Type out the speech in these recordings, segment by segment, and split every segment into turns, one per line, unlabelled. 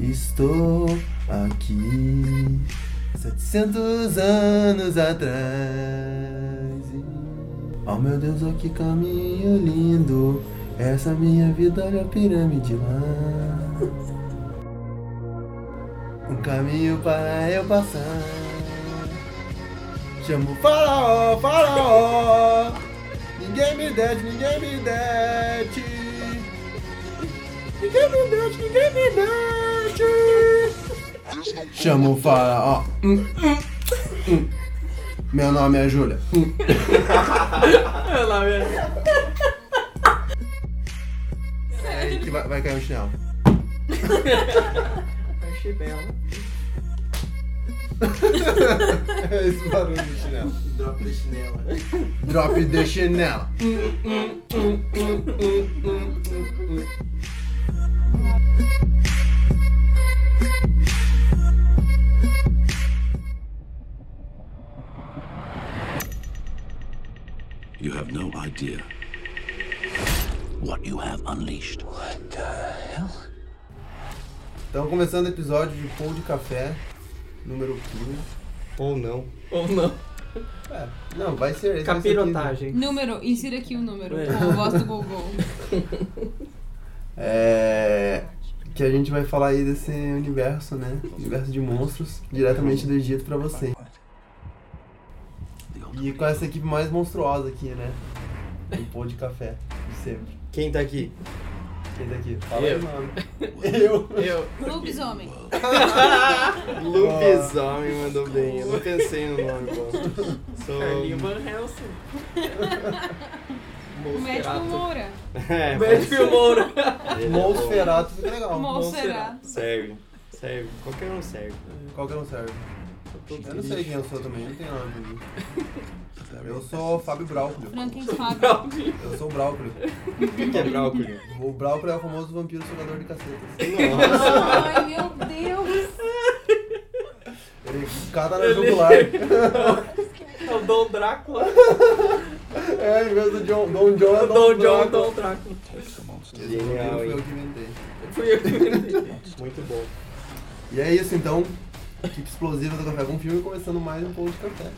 estou aqui 700 anos atrás. Oh meu Deus, oh que caminho lindo! Essa minha vida olha a pirâmide lá. Um caminho para eu passar. Chamo faraó, faraó. Ninguém me dete, ninguém me dete. Ninguém me dete, ninguém me dete. Chamo o faraó. Hum, hum, hum. Meu nome é Júlia. Hum.
Olha lá, velho.
Aí que vai, vai cair o chinelo.
Achei bela.
É esse barulho do chinelo.
Drop da chinela.
Drop de chinelo. hum,
You have no idea what you have unleashed.
Então, começando o episódio de Pão de Café, número 15.
Ou não.
Ou não.
É, não, vai ser esse. vai ser 15.
Capirotagem.
Número, insira aqui o número,
É.
com a voz do Google.
É. Que a gente vai falar aí desse universo, né? Universo de monstros, diretamente do Egito pra você. E com essa equipe mais monstruosa aqui, né? Do Pão de Café, de sempre.
Quem tá aqui?
Quem tá aqui? Fala aí o
Eu.
nome. Eu.
Eu.
Lobisomem.
Ah.
Lupizome mandou bem. Eu não pensei no nome, pô. Sou. um-
Carlinho Van Helsing.
O médico Moura.
É,
Médico Moura.
pode- ele é bom.
Monferatu fica legal.
Monserrat.
Serve. Serve. Qualquer um serve.
Qual que é o serve? Eu não sei quem eu sou também, não tem nada a ver. Eu sou Fábio Bráuclio.
Franklin Fábio.
Eu sou o Bráuclio.
O que é brócolis?
O Bráuclio é o famoso vampiro jogador de cacetas.
Nossa.
Ai, meu Deus.
Ele cata na jugular.
É o Dom Drácula.
É, em vez do John, Don John é
Dom
Don
John,
John.
Dom Drácula.
Esse vampiro foi eu que inventei.
Fui eu que inventei.
Muito bom.
E é isso então. Equipe explosiva do Café com Filme começando mais um pouco de café.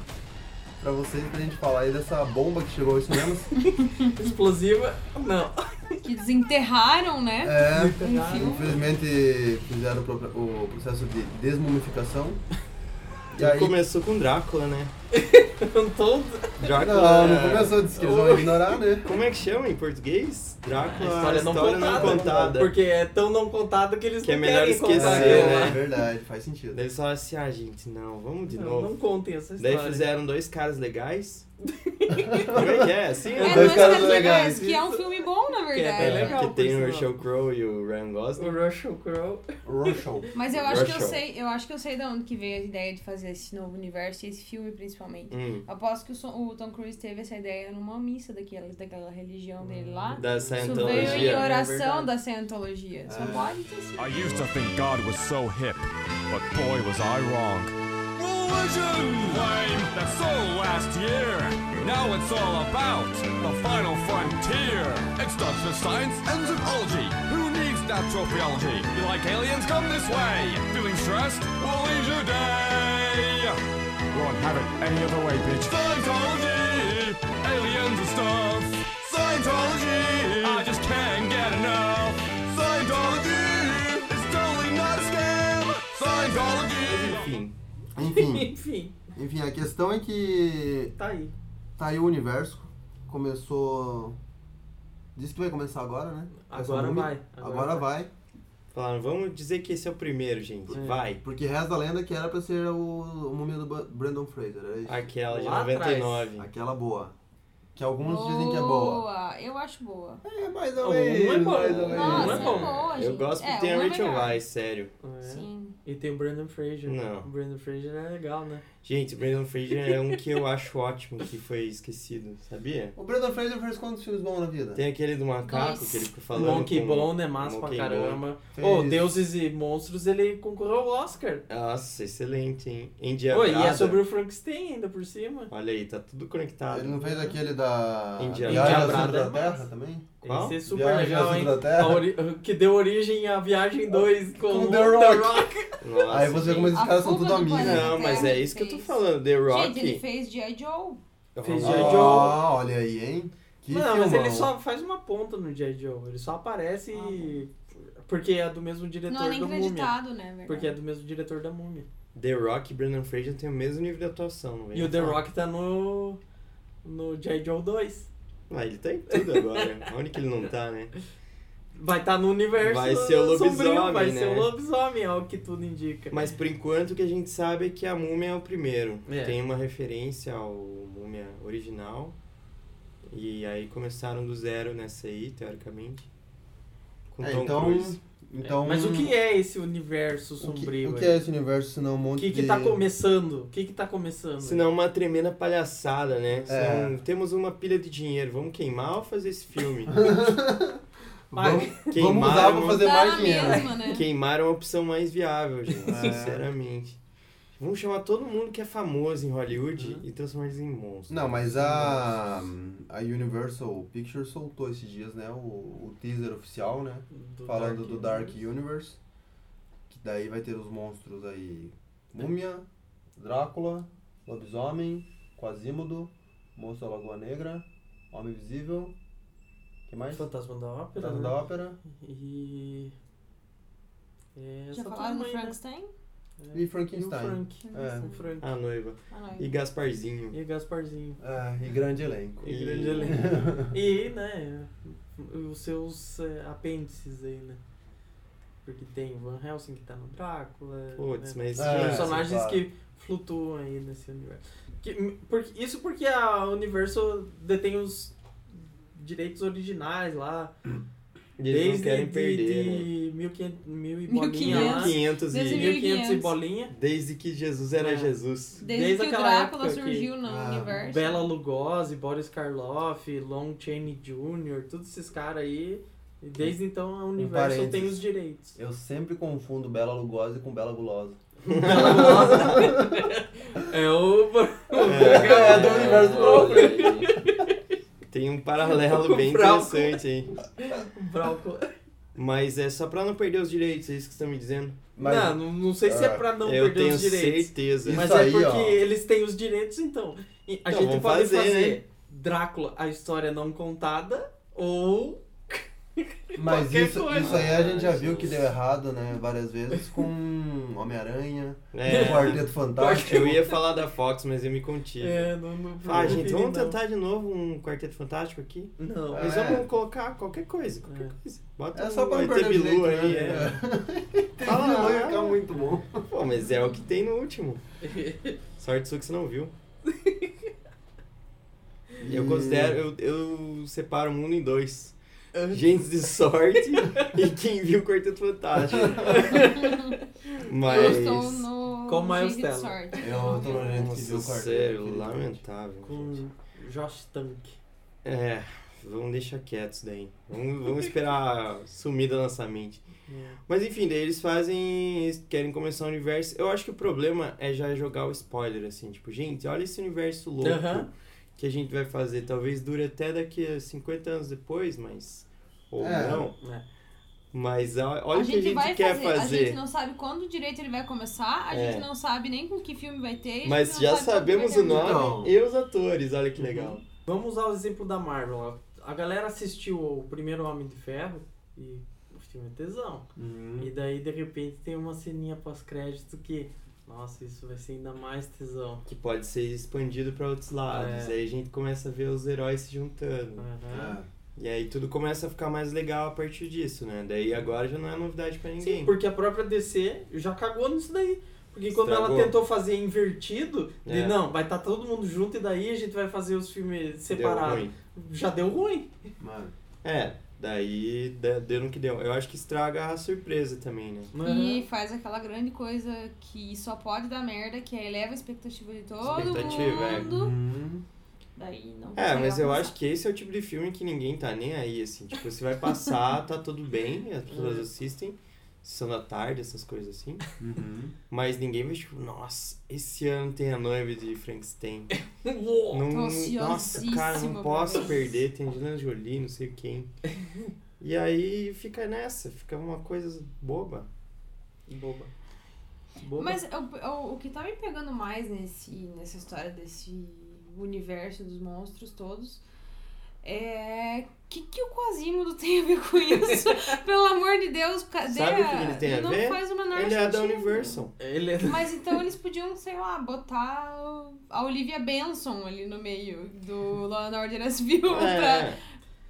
Pra vocês, pra gente falar aí dessa bomba que chegou aos cinemas.
Explosiva? Não.
Que desenterraram, né?
É,
filme.
infelizmente fizeram o pro- o processo de desmumificação. E
Tudo
aí,
Começou com Drácula, né?
Eu tô...
Drácula. né?
Não,
É.
não começou, disse que eles vão ignorar, né?
Como é que chama em português? Drácula.
Ah, História não contada. Porque é tão não contada que eles
Que é
não
melhor
querem contar
esquecer,
aquilo
né?
é
lá.
verdade, faz sentido.
Daí eles falaram assim, ah, gente, não, vamos de
Não,
novo.
não contem essa história.
Daí fizeram dois caras legais. Como é que é? Assim,
É,
Dois
dois
caras
caras
legais.
legais, que é um filme bom, na
Que é bem
verdade.
legal,
que tem
por
o
sinal.
Russell Crowe e o Ryan
O
Gosling.
Russell Crowe.
Russell.
Mas eu acho que eu
Russell.
sei, eu acho que eu sei de onde que veio a ideia de fazer esse novo universo e esse filme principalmente.
Hum,
Aposto que o, Son- o Tom Cruise teve essa ideia numa missa daquela, daquela religião dele lá.
da
Isso veio em
Scientologia.
oração
É
da Scientologia. Só pode ter sido.
I used to think God was so hip, but boy was I wrong. Religion! Lame! That's so last year! Now it's all about the final frontier! It starts with science, ends with ology! Who needs natural theology? You like aliens? Come this way! Feeling stressed? We'll leave your day! Won't have it any other way, bitch! Scientology! Aliens and stuff! Scientology! I just can't get enough! Scientology! It's totally not a scam! Scientology!
Enfim,
Hum.
Enfim,
Enfim,
enfim, a questão é que
tá aí.
tá aí o universo. Começou. Disse que vai começar agora, né? Essa
Agora
múmia.
vai,
Agora,
agora
vai.
falaram, vamos dizer que esse é o primeiro, gente.
É.
Vai.
Porque reza a lenda que era pra ser o, o múmia do Ba- Brandon Fraser, era isso.
Aquela de
Lá atrás.
99.
Aquela boa. Que alguns dizem que é boa.
Eu acho boa.
É mais ou
Não, não é
menos,
boa.
mais ou menos.
Nossa,
é
é
bom.
boa, gente.
Eu gosto
é,
que tem a
uma é
Rachel
melhor.
Weiss, sério.
É.
Sim.
E tem o Brandon Fraser. né?
Não.
O Brandon Fraser é legal, né?
Gente, o Brandon Fraser é um que eu acho ótimo que foi esquecido, sabia?
O Brandon Fraser fez quantos filmes bons na vida?
Tem aquele do macaco
Dois.
que ele ficou falando.
Monkey
com-
Bone é massa
Monkey
pra
Bone.
caramba.
Fez-
Ô, Deuses e Monstros, ele concorreu ao Oscar.
Nossa, excelente, hein? Indiabrada.
Oi, e é sobre o Frankenstein ainda por cima.
Olha aí, tá tudo conectado.
Ele não fez aquele da
Indiana.
Viagem ao
Indiana
Centro da
Brada.
Terra também?
Qual?
Esse é super
Viagem
legal,
à
hein?
Terra.
A ori- Que deu origem à Viagem 2 com,
Com The
The Rock.
Nossa,
Aí você
gente.
começa,
A
esses caras são
fuga
tudo
do
amigos.
planeta.
né?
Não, mas é isso que eu tô falando. The
Gente, ele
Rock.
fez G.I. Joe.
fez G.I. é Joe.
Ah, olha aí, hein? Que
Não, mas
filmão.
ele só faz uma ponta no G.I. Joe. Ele só aparece
Ah,
e... Porque é do mesmo diretor
Não é nem
do Múmia.
acreditado, né? Verdade.
Porque é do mesmo diretor da Múmia.
The Rock e Brendan Fraser têm o mesmo nível de atuação, não vem
E o The
falar.
Rock tá no... No G.I. Joe 2.
Ah, ele tá em tudo agora. Onde que ele não tá, né?
Vai estar tá no universo
Vai ser o
sombrio,
lobisomem,
Vai ser o
né?
lobisomem, é o que tudo indica.
Mas por enquanto o que a gente sabe é que a Múmia é o primeiro.
É.
Tem uma referência ao Múmia original. E aí começaram do zero nessa aí, teoricamente. Com
É,
Tom
então,
Cruise.
Então,
Mas o que é esse universo
o que-
sombrio?
O que
aí?
é esse universo se não um
O
monte
que que
de...
tá começando? O que que tá começando?
Senão uma tremenda palhaçada, né?
É.
Senão, temos uma pilha de dinheiro, vamos queimar ou fazer esse filme?
Vamos, vamos usar
Queimaram-
pra fazer
Dá
mais
Tá na
dinheiro.
mesma, né?
Queimaram a é opção mais viável, gente,
É.
sinceramente. Vamos chamar todo mundo que é famoso em Hollywood e transformar eles em monstros.
Uhum. Não, mas a, a Universal Pictures soltou esses dias, né? O, o teaser oficial, né?
Do
Falando do Dark
Universe.
Universe. Que daí vai ter os monstros aí: Múmia, Drácula, Lobisomem, Quasimodo, Monstro da Lagoa Negra, Homem Invisível. que mais?
Fantasma da Ópera.
Fantasma da
né?
Ópera.
E. É,
Já
só
falaram do
turma aí, né?
Frankenstein?
É.
E
E o
Frankenstein.
Frank.
tá É.
O Frank.
A noiva.
Ah, não.
E Gasparzinho.
E o Gasparzinho.
Ah, e grande elenco.
E grande elenco. E, né, os seus é, apêndices aí, né? Porque tem o Van Helsing que tá no Drácula.
Putz,
né?
mas.
É.
gente,
personagens
claro.
que flutuam aí nesse universo. Que- porque- isso porque a Universal detém os direitos originais lá.
eles não querem
de,
perder. né?
de 1500 mil e bolinha lá.
1500
Desde
e...
mil-
1500 e bolinha.
Desde que Jesus era
É.
Jesus.
Desde,
desde
que o
aquela
Drácula
época que-
surgiu no
Ah,
universo.
Bela Lugosi, Boris Karloff, Long Chaney Jr., todos esses caras aí. E desde então
Um
a Universal
parênteses.
tem os direitos.
Eu sempre confundo Bela Lugosi com Bela Gulosa.
Bela Lugosi é o.
É, do universo próprio.
Tem um paralelo bem
Bravo.
interessante aí.
Brauco.
Mas é só pra não perder os direitos, é isso que estão me dizendo.
Mas
não, não, não sei se é pra não
ah, Eu
perder
tenho
os direitos.
certeza.
Isso
Mas é
aí,
porque
ó.
eles têm os direitos, então. E a
Então,
gente
vamos
pode
fazer,
fazer,
né?
Drácula, a história não contada, ou.
Mas
Qualquer
isso,
coisa.
isso aí a gente já
Ai,
viu que
Jesus.
deu errado, né? Várias vezes com Homem-Aranha,
É.
Quarteto Fantástico.
Eu ia falar da Fox, mas eu me contive.
não, não,
Ah, gente,
É. não.
vamos tentar Ah. de novo um Quarteto Fantástico aqui?
Não,
É.
Mas vamos colocar qualquer coisa, qualquer
É.
coisa. Bota
É só
um
pra não
ET
perder o
Bilu
direito,
aí, é.
né?
Fala,
Bilu ia
ah,
um
ficar muito bom.
Pô, mas é o que tem no último. Sorte sua que você não viu. Eu
E-
considero, eu, eu separo o mundo em dois. Gente de sorte e quem viu o Quarteto Fantástico. Mas...
Eu estou no.
Com
é
Miles
Gente de
Teller.
Sorte.
Eu tô no jeito é que viu
Nossa,
o quarteto. né?
sério,
infelizmente.
lamentável. gente.
com Josh Tank.
É, vamos deixar quieto isso daí. Vamos, vamos esperar sumir da nossa mente.
É.
Mas enfim, daí eles fazem. Eles querem começar o universo. Eu acho que o problema é já jogar o spoiler, assim, tipo, gente, olha esse universo louco
Aham.
que a gente vai fazer. Talvez dure até daqui a 50 anos depois, mas. Ou
É.
não.
É.
Mas ó-
A
olha o que a
gente
gente
vai
quer
fazer.
fazer.
A gente não sabe quando direito ele vai começar, a
É.
gente não sabe nem com que filme vai ter. a gente
Mas
não
já
sabe quando
sabemos
vai
o nome
Então.
e os atores, olha
Uhum.
que legal.
Vamos usar o exemplo da Marvel. ó. A galera assistiu o primeiro Homem de Ferro e o filme é tesão.
Uhum.
E daí, de repente, tem uma ceninha pós-crédito que, nossa, isso vai ser ainda mais tesão.
Que pode ser expandido pra outros lados.
É.
Aí a gente começa a ver os heróis se juntando.
Aham.
Ah,
E aí tudo começa a ficar mais legal a partir disso, né? Daí agora já não é novidade pra ninguém.
Sim, porque a própria DC já cagou nisso daí. Porque quando
Estragou.
ela tentou fazer invertido, de,
É.
não, vai estar todo mundo junto e daí a gente vai fazer os filmes
Deu
separados.
ruim.
Já deu ruim.
mano.
É, daí de- deu no que deu. Eu acho que estraga a surpresa também, né?
E faz aquela grande coisa que só pode dar merda, que é eleva a expectativa de todo
Expectativa, é.
mundo.
Uhum.
Daí não
É, mas eu acho que esse é o tipo de filme que ninguém tá nem aí, assim. Tipo, você vai passar, tá tudo bem, as pessoas assistem. Sessão da Tarde, essas coisas assim.
Uhum.
Mas ninguém vai, tipo, nossa, esse ano tem a noiva de Frankenstein.
Uou!
Não,
Tô
nossa, cara,
ansiosíssima
não
pra
posso
ver.
perder. Tem Angelina Jolie, não sei quem. E aí fica nessa, fica uma coisa boba.
Boba. Boba.
Mas eu- eu- o que tá me pegando mais nesse, nessa história desse universo dos monstros todos é. O que, que o Quasimodo tem a ver com isso? Pelo amor de Deus, cadê
Sabe o que
a-
ele tem a
não
ver?
faz o menor
Ele é da
sentido.
Universal.
Ele é...
Mas então eles podiam, sei lá, botar o- a Olivia Benson ali no meio do Law and Order Asville pra,
É,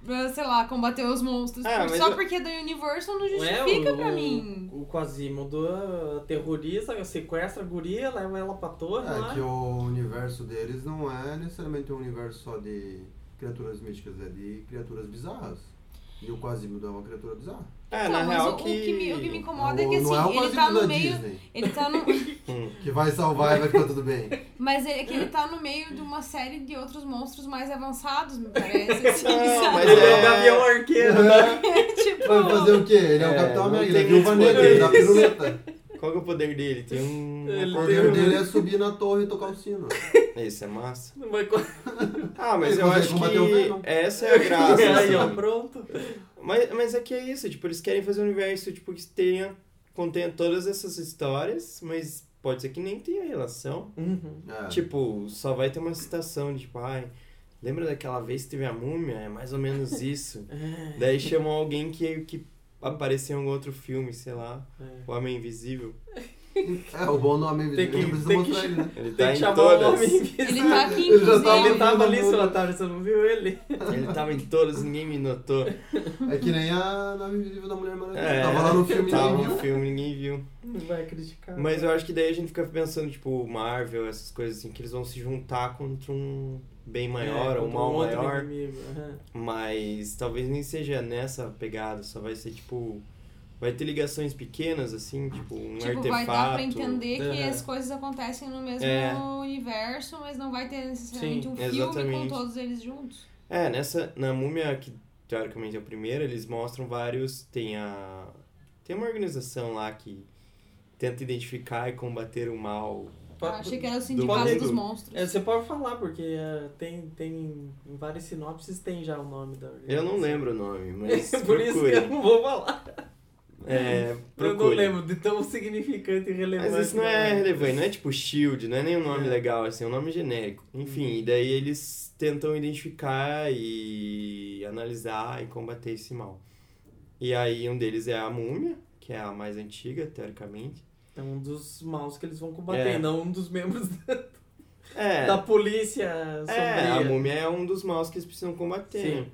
pra, sei lá, combater os monstros.
Ah, mas
Só
eu-
porque é da Universal não
Ué,
justifica
é o-
pra mim.
O Quasimodo ah, terroriza, sequestra a guria, leva ela pra torre lá.
É que o universo deles não é necessariamente um universo só de criaturas místicas, é de criaturas bizarras. E o Quasimodo é uma criatura bizarra.
é
Então,
na
mas
real
o, o
que...
que me, o que me incomoda é
Não-
que assim,
não é o
ele
Quasimodo
tá
da
no meio.
Disney,
Ele tá no.
Hum.
que vai salvar e vai ficar tudo bem.
Mas ele, é que ele tá no meio de uma série de outros monstros mais avançados, me parece. Assim,
Não,
sabe?
mas
Ele é
é-
o Gavião Arqueiro, né?
tipo,
Vai fazer o quê? Ele é o
É,
Capitão
não
América, ele é
tem
a viúva
muito
negra, ele dá
poder.
piruleta.
Qual que é o poder dele? Tem um... uma
Ele
O
cor-
tem
poder dele é subir na torre e tocar o sino.
Isso é massa.
Não vai co-
Ah, mas
Ele
eu
consegue
acho
combater o Venom.
que essa é a graça.
Aí, ó,
assim.
pronto.
Mas, mas é que é isso, tipo, eles querem fazer um universo tipo, que tenha, contenha todas essas histórias, mas pode ser que nem tenha relação.
Uhum.
É.
Tipo, só vai ter uma citação de tipo, ai, lembra daquela vez que teve a múmia? É mais ou menos isso.
É,
Daí chamam alguém que, que apareceu em algum outro filme, sei lá,
é.
o Homem Invisível.
É, o bom nome
Tem
invisível
que-
não precisa
tem que-
mostrar ele, né?
Ele
Tem
tá
que
em
chamar o
todas.
homem invisível.
ele tá aqui,
Ele já tava-
Ele
inclusive.
tava ali, seu otário, você não viu ele?
Ele tava em todas, ninguém me notou.
É que nem a nome invisível da Mulher Maravilha.
É,
tava lá no filme
tava
ninguém
no
viu.
filme, ninguém viu.
Não vai criticar.
Mas eu acho que daí a gente fica pensando, tipo, Marvel, essas coisas assim, que eles vão se juntar contra um bem maior
É,
ou um
contra
mal
um outro
maior.
inimigo, aham.
Mas talvez nem seja nessa pegada, só vai ser tipo. Vai ter ligações pequenas, assim, tipo, um
Tipo,
artefato.
vai dar pra entender que
Aham.
as coisas acontecem no mesmo
É.
universo, mas não vai ter necessariamente
Sim,
um filme
exatamente.
com todos eles juntos.
É, nessa. Na múmia, que teoricamente é o primeiro, eles mostram vários. Tem a. Tem uma organização lá que tenta identificar e combater o mal.
Ah,
Pa-
achei que era o Sindicato
Rodrigo.
dos Monstros.
É, você pode falar, porque eh, tem, tem em várias sinopses tem já o nome da
Eu não
organização.
lembro o nome, mas.
Por isso que eu
procurem.
não vou falar.
É,
Eu não
procurem.
lembro de tão significante e relevante.
Mas isso não
né?
é relevante, não é tipo Shield, não é Uhum. nenhum nome
É.
legal, assim, é um nome genérico. Enfim, e daí eles tentam identificar e analisar e combater esse mal. E aí um deles é a múmia, que é a mais antiga, teoricamente.
É um dos maus que eles vão combater,
É.
não um dos membros da,
É,
da polícia
é a
sombria.
múmia é um dos maus que eles precisam combater. né?
Sim.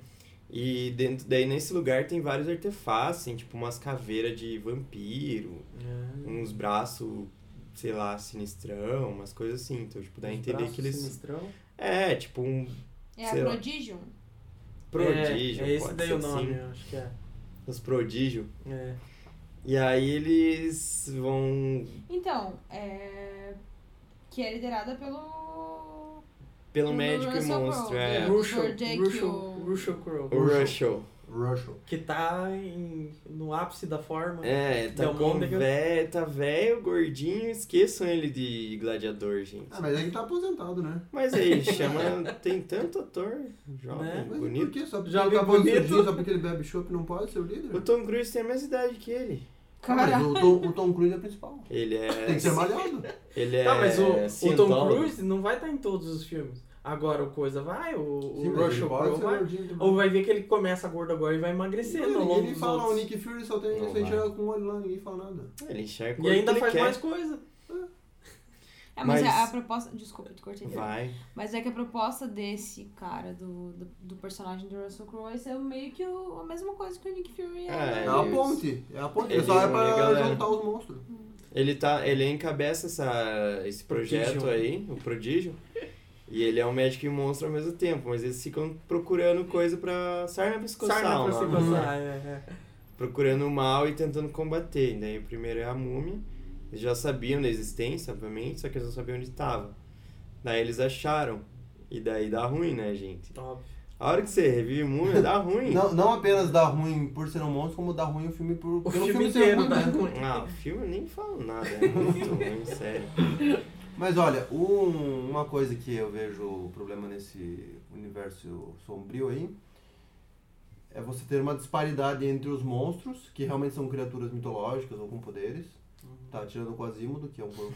E dentro, daí nesse lugar tem vários artefatos, assim, tipo umas caveiras de vampiro,
É.
uns braços, sei lá, sinistrão, umas coisas assim. Então, tipo, dá a
Os
entender
braços
que eles...
sinistrão.
É, tipo um
É a
sei lá.
Prodigium.
prodígio.
É, é esse
pode
daí
ser
o nome,
assim,
eu acho que é.
Os prodígio.
É.
E aí eles vão
Então, é... que é liderada pelo...
pelo
Pelo
médico
Hum,
e
Russell
monstro.
Crowe,
É.
né?
Russell,
Jack,
Russell,
o-
Russell Crowe.
O Russell.
Russell.
Que tá em, no ápice da forma.
É, tá
Del
com
Mondica.
velho, tá velho, gordinho, esqueçam ele de gladiador, gente.
Ah, mas é que tá aposentado, né?
Mas aí, chama, tem tanto ator jovem,
Né?
É, Mas por
bonito.
quê? Só porque
Já
ele
vi
acabou de
bonito.
surgir, só porque ele bebe chopp não pode ser o
O
líder?
Tom Cruise tem a mesma idade que ele.
Mas
Cara,
o Tom, o Tom Cruise é o principal.
Ele é...
Tem que ser malhado.
Ele é...
Tá, mas o, o Tom
cientólogo.
Cruise não vai estar em todos os filmes. Agora o coisa vai, o, o
Sim, mas ele
Russell
pode
Crowe
ser
vai. um
gordinho também.
Ou vai ver que ele começa gordo agora e vai emagrecendo ao
Ninguém
longo
nem
dos
fala, o
outros.
Nick Fury só tem
Não
só
vai.
enxerga com o olho lá, ninguém fala nada.
Ele enxerga
E ainda faz
quer.
mais coisa.
é, mas,
mas-
a a proposta... Desculpa, te cortei.
Vai.
Mas é que a proposta desse cara, do, do, do personagem do Russell Crowe, esse é meio que o- a mesma coisa que o Nick Fury é.
É,
É
né?
a
isso.
ponte, é a ponte.
Ele
só é
une
pra
a galera.
juntar os monstros.
Ele, tá, ele encabeça essa, esse projeto
Prodígio.
aí, o Prodígio. E ele é um médico e um monstro ao mesmo tempo, mas eles ficam procurando coisa pra. Sarna pra se coçar,
Sarna
o
pra se
nome, né?
coçar, é, é.
Procurando o mal e tentando combater. E daí o primeiro é a múmia. Eles já sabiam da existência, obviamente, só que eles não sabiam onde estava. Daí eles acharam. E daí dá ruim, né, gente?
Óbvio.
A A hora que você revive múmia, dá ruim.
Não, não apenas dá ruim por ser um monstro, como dá ruim o filme por,
O
pelo
filme
ser
inteiro tá
ruim,
dá
né?
ruim.
Ah, o filme eu nem falo nada, é muito ruim, sério.
Mas olha, um- uma coisa que eu vejo o problema nesse universo sombrio aí é você ter uma disparidade entre os monstros, que realmente são criaturas mitológicas ou com poderes. Tá tirando o Quasimodo, que é um corpo.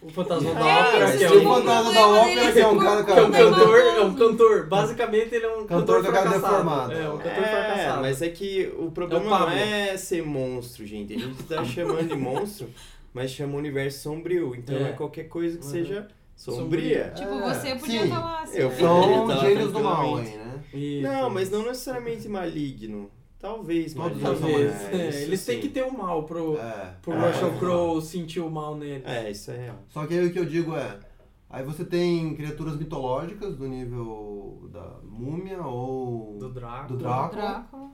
O fantasma da
É
ópera,
isso,
que é
o
tipo,
um,
fantasma da
problema
ópera, que é um
desse
cara,
corpo.
que é um
cara
cantor. É um cantor. Basicamente ele é um
Cantor
cantor,
com a cara
fracassado.
deformada.
É, um cantor
É,
fracassado.
mas é que o problema
É o
não
Pablo.
é ser monstro, gente. A gente tá chamando de monstro, mas chama o universo sombrio. Então é,
É.
qualquer coisa que
Uhum.
seja sombria.
Tipo,
É,
você podia
sim.
estar lá. assim,
Eu
né?
Ele
São
tá
gênios do mal
tranquilamente.
aí, né?
Isso.
Não, mas não é necessariamente maligno. Talvez,
Todos
maligno.
eles são
Talvez.
malignos.
é,
isso
eles têm
sim.
que ter o mal pro,
É.
pro
É.
Russell Crowe sentir o mal nele.
É, isso é real.
Só que aí o que eu digo é. Aí você tem criaturas mitológicas do nível da múmia ou
Do Drácula.
do Drácula.
Drácula.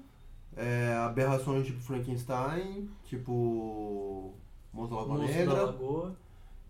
É, aberrações tipo Frankenstein, tipo Monstro da Lagoa
Monstro
Negra.
da Lagoa.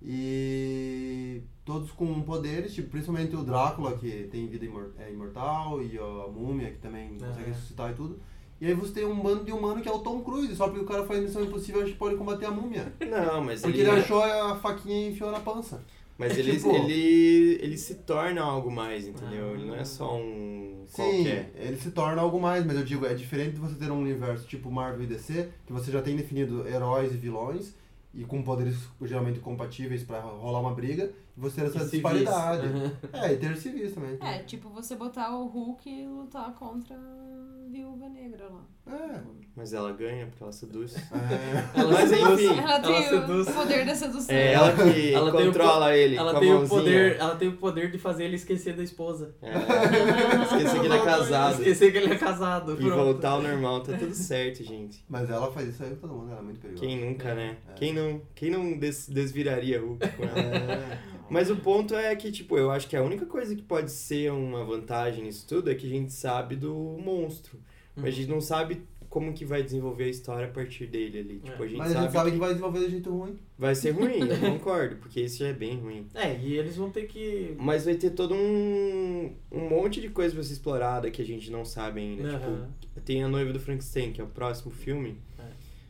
E todos com poderes, tipo, principalmente o Drácula, que tem vida imor- é imortal, e a múmia, que também
Ah,
consegue
é.
ressuscitar e tudo. E aí você tem um bando de humano que é o Tom Cruise, só porque o cara faz missão impossível, a gente pode combater a múmia.
Não, mas
Porque
ele, é,
ele
é
achou a faquinha e enfiou na pança.
mas
é
ele,
tipo-
ele, ele se torna algo mais, entendeu?
Ah.
Ele não é só um
Sim,
qualquer.
ele se torna algo mais, mas eu digo, é diferente de você ter um universo tipo Marvel e DC, que você já tem definido heróis e vilões, e com poderes geralmente compatíveis pra rolar uma briga, e você ter essa
E civis. Uhum.
disparidade.
Aham.
É, e ter civis também.
É, tipo você botar o Hulk e lutar contra a viúva negra lá.
É.
Mas ela ganha porque ela seduz.
É.
Ela é
Mas
seduz-
enfim,
Ela tem
seduz.
o poder da sedução.
É ela que
Ela tem o
controla ele com
Ela
a
tem, o
mãozinha.
poder, ela tem o poder de fazer ele esquecer da esposa.
É, esqueci que ele é casado.
Esquecer que ele é casado.
E
pronto.
voltar ao normal, tá tudo certo, gente.
Mas ela faz isso aí com todo mundo, ela é muito perigosa.
Quem nunca, né?
É.
Quem não, quem não des- desviraria Hulk com ela?
É.
Mas o ponto é que, tipo, eu acho que a única coisa que pode ser uma vantagem nisso tudo é que a gente sabe do monstro. Mas a gente não sabe como que vai desenvolver a história a partir dele ali. Tipo,
É.
a gente
Mas a
sabe
gente sabe que vai desenvolver de jeito ruim.
Vai ser ruim, eu concordo, porque isso já é bem ruim.
É, e eles vão ter que.
Mas vai ter todo um, um monte de coisa pra ser explorada que a gente não sabe ainda. Tipo,
Aham.
tem A Noiva do Frankenstein, que é o próximo filme.
É.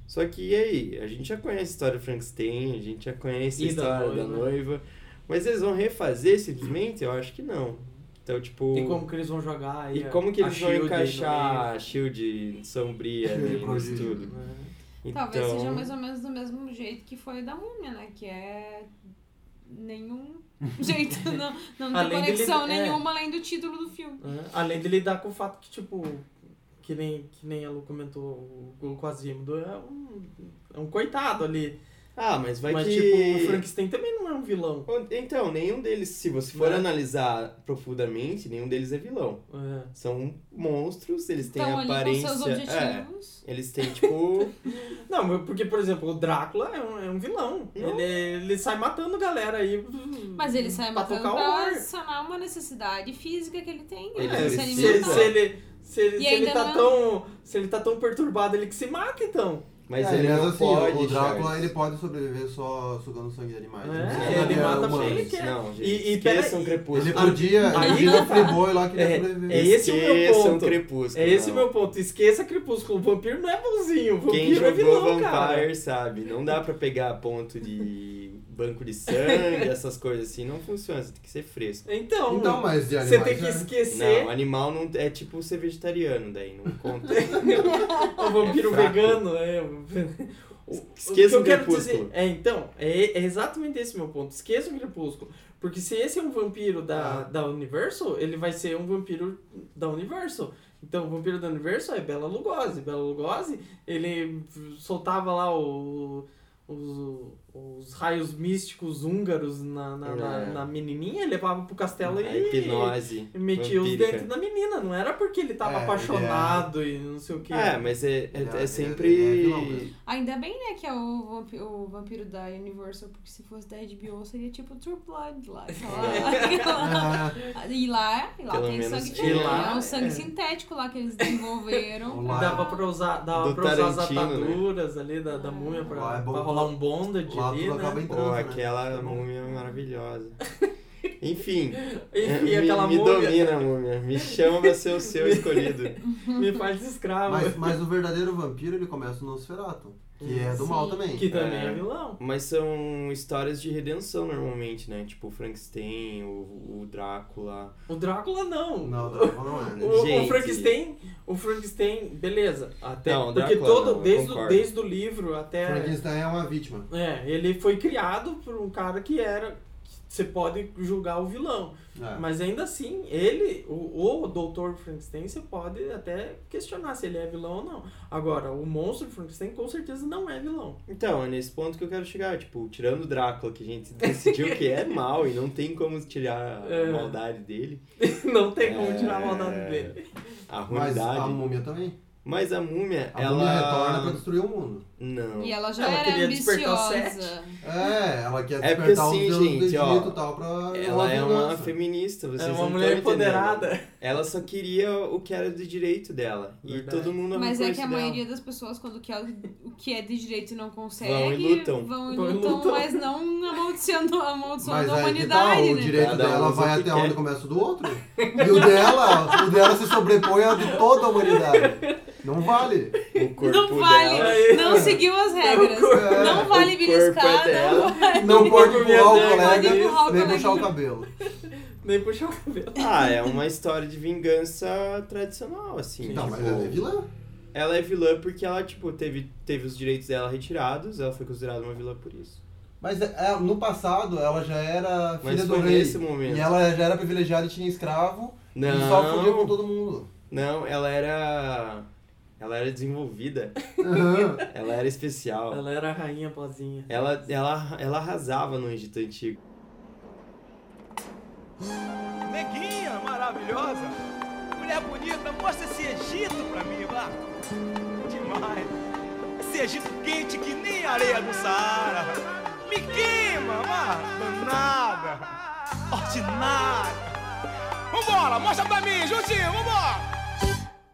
Só que e aí? A gente já conhece a história do Frankenstein, a gente já conhece a
E da
história da noiva.
noiva. né?
Mas eles vão refazer simplesmente? Eu acho que não. Então, tipo.
E como que eles vão jogar? aí
e
a-
como que
a
eles vão
Shield aí né? no
encaixar a Shield sombria
Shield
ali nisso
Prodigy.
tudo?
meio? É.
Então,
Talvez seja mais um ou menos do mesmo jeito que foi o da múmia, né? Que é nenhum jeito, não, não tem
Além dele-
conexão
é.
nenhuma além do título do filme.
Né? Além de lidar com o fato que, tipo, que nem, que nem a Lu comentou, o, o Quasimodo é um, é um coitado ali.
Ah, mas vai
Mas,
que...
tipo, o Frankenstein também não é um vilão.
Então, nenhum deles, se você for
Né?
analisar profundamente, nenhum deles é vilão.
É.
São monstros, eles têm
Estão ali com
aparência.
seus
é,
objetivos.
eles têm, tipo.
Não, mas porque, por exemplo, o Drácula é um, é um vilão.
Não.
Ele, ele sai matando galera aí.
Mas ele sai
pra
matando
tocar o
pra
horror.
sanar uma necessidade física que ele tem.
Ele
pra se
precisa.
se,
alimentar.
se ele, se ele,
E
se ele
ainda
tá
não-
tão. Se ele tá tão perturbado, ele que se mata, então.
Mas
É,
ele
mas
não
assim,
pode.
o Drácula
Charles.
ele pode sobreviver só sugando sangue de animais.
É,
né?
ele
Sangue de
mata
humanos.
pra ele que-
Não, gente.
E- e
esqueçam
peraí.
Crepúsculo.
Ele
Ah,
podia,
aí
ele podia
que tá.
Playboy lá que ele
É,
sobreviver.
é esse o meu
Esqueçam
ponto.
Crepúsculo.
É esse o
não.
meu ponto. Esqueça Crepúsculo. O vampiro não é bonzinho. O vampiro
Quem
é
jogou
vilão,
Vampire
cara.
sabe. Não dá pra pegar ponto de banco de sangue, essas coisas assim. Não funciona, você tem que ser fresco.
Então,
Então, mas de
você
animais.
tem que
né?
esquecer
Não, animal não é tipo ser vegetariano daí, não conta.
o vampiro
é fraco.
vegano. É... o- o-
Esqueça
o
o
que eu quero
Crepúsculo.
dizer. É, então, é, é exatamente esse meu ponto. Esqueça o Crepúsculo. Porque se esse é um vampiro da,
Ah.
da Universo, ele vai ser um vampiro da Universo. Então, o vampiro da Universo é Bela Lugosi. Bela Lugosi, ele soltava lá o- os, os raios místicos húngaros na, na, na-
É.
na menininha, levava pro castelo
A
e...
Ah, hipnose.
E metia os
vampírica.
dentes na menina, não era porque ele tava
É,
apaixonado e não sei o que.
É, mas é, é,
Não,
é
ele- ele é vilão
sempre.
mesmo.
Ainda bem, né, que é o, vampi- o vampiro da Universal, porque se fosse da HBO seria tipo True Blood lá. aquela-
Ah,
aquela- E lá, e lá
Pelo
tem
menos
sangue
que
de
lá,
é um sangue
é.
sintético lá que eles desenvolveram.
Lá-
Dava pra usar, dava
Do
pra usar as
Tarantino, né?
ataduras ali da, da múmia pra,
Lá é bom
pra
que
rolar um bondage
lá
ali,
tudo
né?
acaba
Pô,
entrando. né?
aquela múmia maravilhosa. Enfim.
Enfim,
me,
aquela
me
múmia
domina, múmia. Me chama pra ser o seu escolhido.
me faz escravo.
Mas, mas o verdadeiro vampiro ele começa no Nosferatu, que é do
Sim.
mal também.
Que também é
É.
vilão.
Mas são histórias de redenção normalmente, né? Tipo o Frankenstein, o, o Drácula.
O Drácula não.
Não, o Drácula não é.
O, o
Gente.
Frankenstein, o Frankenstein, beleza, até
Não, o
porque
Drácula
todo
não, eu
desde o,
concordo.
desde o livro até
Frankenstein é uma vítima.
é, ele foi criado por um cara que era que você pode julgar o vilão,
É.
mas ainda assim, ele, o, o doutor Frankenstein, você pode até questionar se ele é vilão ou não. Agora, o monstro Frankenstein com certeza não é vilão.
Então, é nesse ponto que eu quero chegar. Tipo, tirando o Drácula, que a gente decidiu que é mal e não tem como tirar a
É.
maldade dele,
não tem como
É.
tirar a maldade dele.
a
Mas a
ruindade.
múmia também.
Mas a múmia,
A
ela.
múmia retorna pra destruir o mundo.
Não.
E é ela já
Ela
era
queria despertar o
ambiciosa.
É, ela quer
É porque
despertar os
assim,
deuses do
gente, ó,
Egito e tal pra.
Ela é uma
vingança.
feminista, vocês
é
não
uma
tão
mulher
entendendo.
empoderada.
Ela só queria o que era de direito dela.
Verdade.
E todo mundo
Mas
arrancou
é
isso
que a
dela.
maioria das pessoas, quando quer o- o que é de direito e não consegue,
Vão e lutam.
vão e
Vão e
lutam,
lutam.
mas não amaldiçoando,
Mas
amaldiçoando a
aí que tá,
humanidade,
o
né?
direito
Cada um
dela
usa o
vai
que
até
quer.
onde começa o do outro. E o dela, o dela se sobrepõe ao de toda a humanidade. Não vale.
O corpo
Não vale, né?
dela.
não seguiu as regras.
corpo-
Não vale
é. o corpo é
beliscar, não
dela.
Não
vale.
pode
Não
empurrar
pode
o
empurrar o
colega, nem
coleguinha.
puxar o cabelo.
Nem puxar o cabelo.
Ah, é uma história de vingança tradicional, assim.
Então, mas
tipo,
ela é vilã.
ela é vilã porque ela, tipo, teve, teve os direitos dela retirados, ela foi considerada uma vilã por isso.
Mas é- é, no passado ela já era filha
Mas
do
foi
rei.
nesse momento.
E ela já era privilegiada e tinha escravo. E só fudia com
Não,
todo mundo.
não, ela era. Ela era desenvolvida.
Aham.
Ela era especial.
Ela era a rainha boazinha.
Ela, ela, ela arrasava no Egito Antigo.
Neguinha maravilhosa, mulher bonita, mostra esse Egito pra mim, vá. Demais. Esse Egito quente que nem areia do Saara. Me queima, vá. Danada. Ordinária. Vambora, mostra pra mim, juntinho, vambora.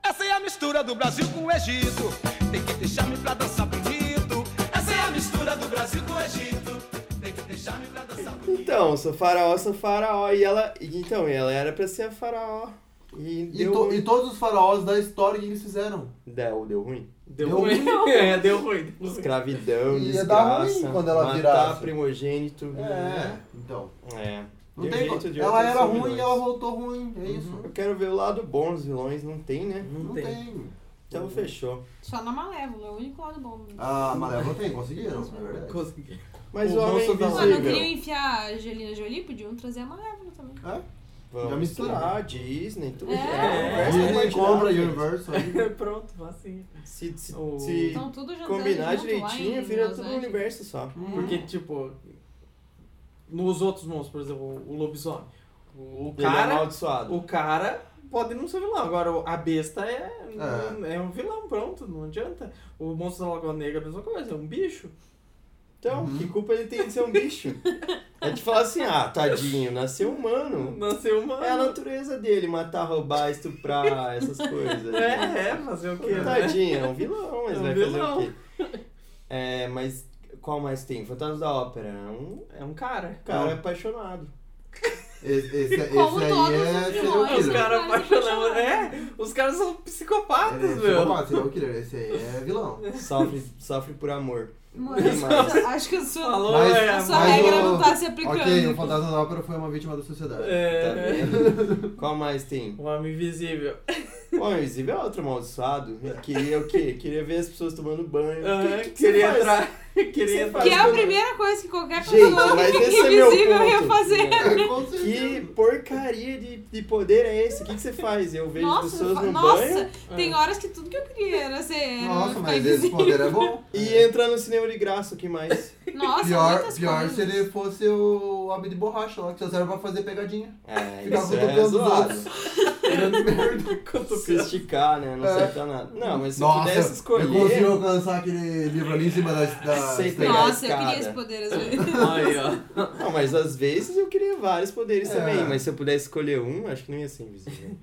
Essa é a mistura do Brasil com o Egito. Tem que deixar-me pra dançar bonito. Essa é a mistura do Brasil com o Egito. Tem que deixar-me pra dançar bonito.
Então, sou faraó, sou faraó. E ela. e Então, ela era pra ser a faraó. E
E,
deu
to-
ruim.
e todos os faraós da história o que eles fizeram.
Deu, deu ruim.
Deu,
Deu
ruim. É, deu ruim. Deu ruim.
Escravidão,
Ia dar é ruim
desgraça.
quando ela
matar
virasse.
primogênito. né?
É, então.
É.
Não
De um
tem
jeito
co-
ou de
ela
outro,
era
são
ruim e
vilões.
ela voltou ruim. É isso.
Eu quero ver o lado bom dos vilões, não tem, né?
Não,
Não
tem.
tem.
Então fechou.
Só na Malévola, é o único lado bom.
Ah, Malévola tem, conseguiram. É verdade.
Consegui.
Mas
O
o, Homem
Bolsonaro-
Ué, não
Possível.
queriam
Invisível.
enfiar a Angelina Jolie? Podiam trazer a Malévola também.
Vamos
Já misturou.
misturar Disney, tudo.
É.
É.
Disney compra
gente.
Universal.
Pronto, vacinha.
Se, se,
O-
se
Então tudo já
combinar
junto né, lá em
direitinho, vira
Los
tudo um
Angeles.
universo só.
é
Porque, tipo, nos outros monstros, por exemplo, o lobisomem. O, o
Ele é
cara.
amaldiçoado.
o cara pode não ser vilão. Agora, o- a besta é,
É.
é. um vilão, pronto, não adianta. O monstro da Lagoa Negra é a mesma coisa, é um bicho.
Então,
Uhum.
que culpa ele tem de ser um bicho? É de falar assim, ah, tadinho, nasceu humano.
Nasceu humano.
É a natureza dele, matar, roubar, estuprar, essas coisas.
É, é, fazer o quê? né?
Tadinho, é um vilão, mas
É um
vai
vilão.
fazer o quê? É, mas qual mais tem? Fantasmas da Ópera. É um
É um cara.
cara
Não.
apaixonado.
Esse, esse, esse
Como
aí
todos
é
os
serial
vilões.
Os
Os
killer.
caras
caras
apaixonados.
apaixonados.
É, os caras são
É,
psicopatas, meu.
psicopata, serial killer. Esse aí é vilão.
Sofre, sofre por amor.
Mano,
Tem mais.
acho que a sua,
Falou,
Mas-
é.
a sua
mas
regra
o-
não tá se aplicando.
Ok, o fantasma da ópera foi uma vítima da sociedade.
Tá
É.
vendo? Qual mais tem?
O homem invisível.
O Homem Invisível é outro amaldiçoado. Ele queria o quê? Queria ver as pessoas tomando banho.
Ah,
Que- que que você
queria
faz?
entrar.
você
Queria entrar.
que é a
quando-
primeira coisa que qualquer pessoa
Gente, mas esse é meu
invisível
ponto.
ia fazer.
Com certeza.
Que porcaria de, de poder é esse? O que, que você faz? Eu vejo as
Nossa,
pessoas
fa-
no banho Ah.
nossa
É.
tem horas que tudo que eu queria era ser.
Nossa,
ficar
mas esse
invisível.
poder é bom.
e entra no cinema de graça, o que mais?
Nossa,
Pior,
muitas
pior
coisas.
se ele fosse o homem de borracha lá, que só serve pra fazer pegadinha.
É,
Ficar
isso
cutucando
é
os
zoado.
Quanto
Se esticar, né? Não
É.
serve pra nada. Não, mas se eu
Nossa,
pudesse
eu consigo
escolher...
alcançar aquele livro ali em cima da... da
Sei
da-
pegar a
Nossa, eu
escada.
queria esse poder às vezes.
Aí, ó.
Não, mas às vezes eu queria vários poderes
É.
também. Mas se eu pudesse escolher um, acho que não ia ser invisível.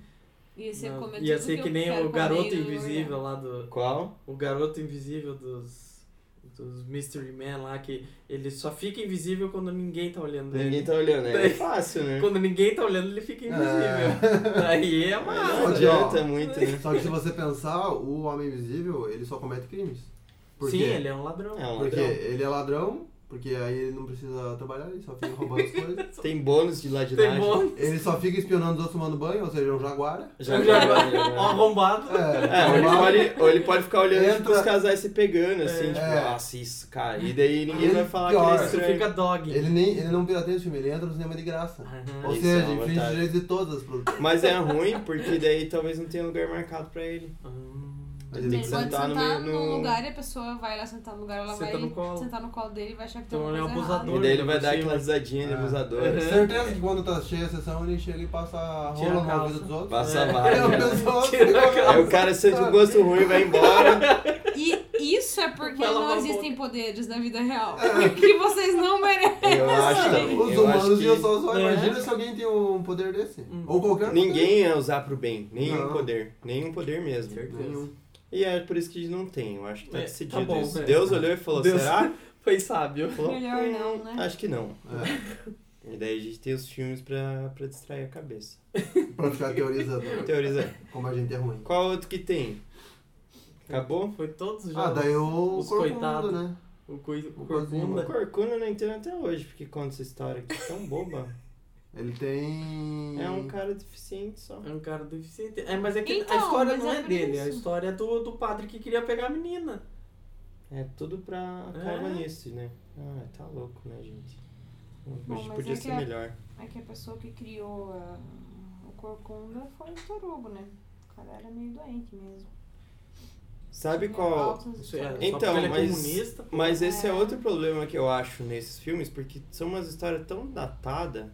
Ia ser,
Não,
comer
Ia
tudo
ser
eu
que nem
quero né?
o garoto
comer e não
invisível
olhar.
lá do.
Qual?
O garoto invisível dos. dos Mystery Man lá, que ele só fica invisível quando ninguém tá olhando ele.
Ninguém tá olhando, né? É fácil, né?
Quando ninguém tá olhando, ele fica invisível. Daí é
Mas Não
massa.
Ah. Onde, ó?
adianta muito, né?
Só que se você pensar, o Homem Invisível, ele só comete crimes. Por
Sim,
quê?
ele é um ladrão.
É um
Porque
ladrão.
ele é ladrão, porque aí ele não precisa trabalhar, ele só fica roubando as coisas.
Tem bônus de
Tem
ladinagem.
bom,
Ele só fica espionando os outros tomando banho, ou seja, é um jaguara.
Já,
Já-
já,
né?
já, já.
um arrombado.
É, ou ele,
roubado.
pode, ou ele pode ficar olhando
Entra-
tipo, os casais se pegando, assim, tipo,
É.
nossa, isso, cara. E daí ninguém
Ele
vai falar
pior.
que ele é
Isso
estranho.
fica dog.
Ele, nem, ele não pirateia esse filme, ele entra no cinema de graça.
Aham.
Ou
Isso é
seja,
uma
infringe os
vantagem.
direitos de todas as produtoras.
Mas é ruim, porque daí talvez não tenha lugar marcado pra ele.
Mas
Ele tem que
Ele pode
sentar no
sentar
meio-
num
no-
lugar e a pessoa vai lá sentar no lugar, ela
Senta
vai
no colo.
sentar no colo dele e vai achar que tem
Então
uma
ele é um
coisa errada.
abusador.
E daí ele vai
Por
dar
cima.
aquela risadinha de
É.
abusador.
Certeza que quando tá cheia a sessão, ele chega e passa a
Tira
rola
a
na
calça.
vida dos outros.
Passa
É.
a
Aí o
vaga.
pessoal
Tira a
fica-
Aí o cara sente um gosto ruim e vai embora.
E isso é porque
Vai lavar
não
a
existem poderes na vida real.
Ah.
Que vocês não merecem.
Eu acho também.
assim, Os
Eu acho
humanos iam
que Uhum.
só só.
É.
Imagina se alguém tem um poder desse.
Hum.
Ou qualquer poder.
ninguém ia usar pro bem. Nenhum
Não.
poder. Nenhum poder mesmo.
Nenhum.
E é por isso que não tem. Eu acho que tá
É, tá
decidido
bom,
isso.
é.
Deus olhou e falou,
Deus-
será?
Foi sábio.
Falou,
Melhor
"Hum,
não, né?"
Acho que não.
É,
E daí a gente tem os filmes pra, pra distrair a cabeça.
pra ficar teorizando
Teorizar.
como a gente é ruim.
Qual outro que tem? Acabou?
Foi todos os
Ah,
jogos.
daí o
Os
corcunda,
coitados.
né?
O coi-
O
O
corcunda.
Corcunda eu não entendo até hoje porque conta essa história que é tão boba.
Ele tem...
É um cara deficiente só.
É um cara deficiente. É, mas é que
Então,
a história
mas
não
é
é,
por
dele, a
isso.
história é do, do padre que queria pegar a menina.
É tudo pra
É.
calvaniste, né? Ah, tá louco, né, gente?
Bom,
Hoje
mas
podia
é
ser
que é-
melhor.
É que a pessoa que criou a- o Corcunda foi o Torugo, né? O cara era meio doente mesmo.
Sabe
Tinha
qual.
altas
Isso é,
histórias.
só
Então,
porque ele é
mas-
comunista.
Mas esse é
É.
outro problema que eu acho nesses filmes, porque são umas histórias tão datadas.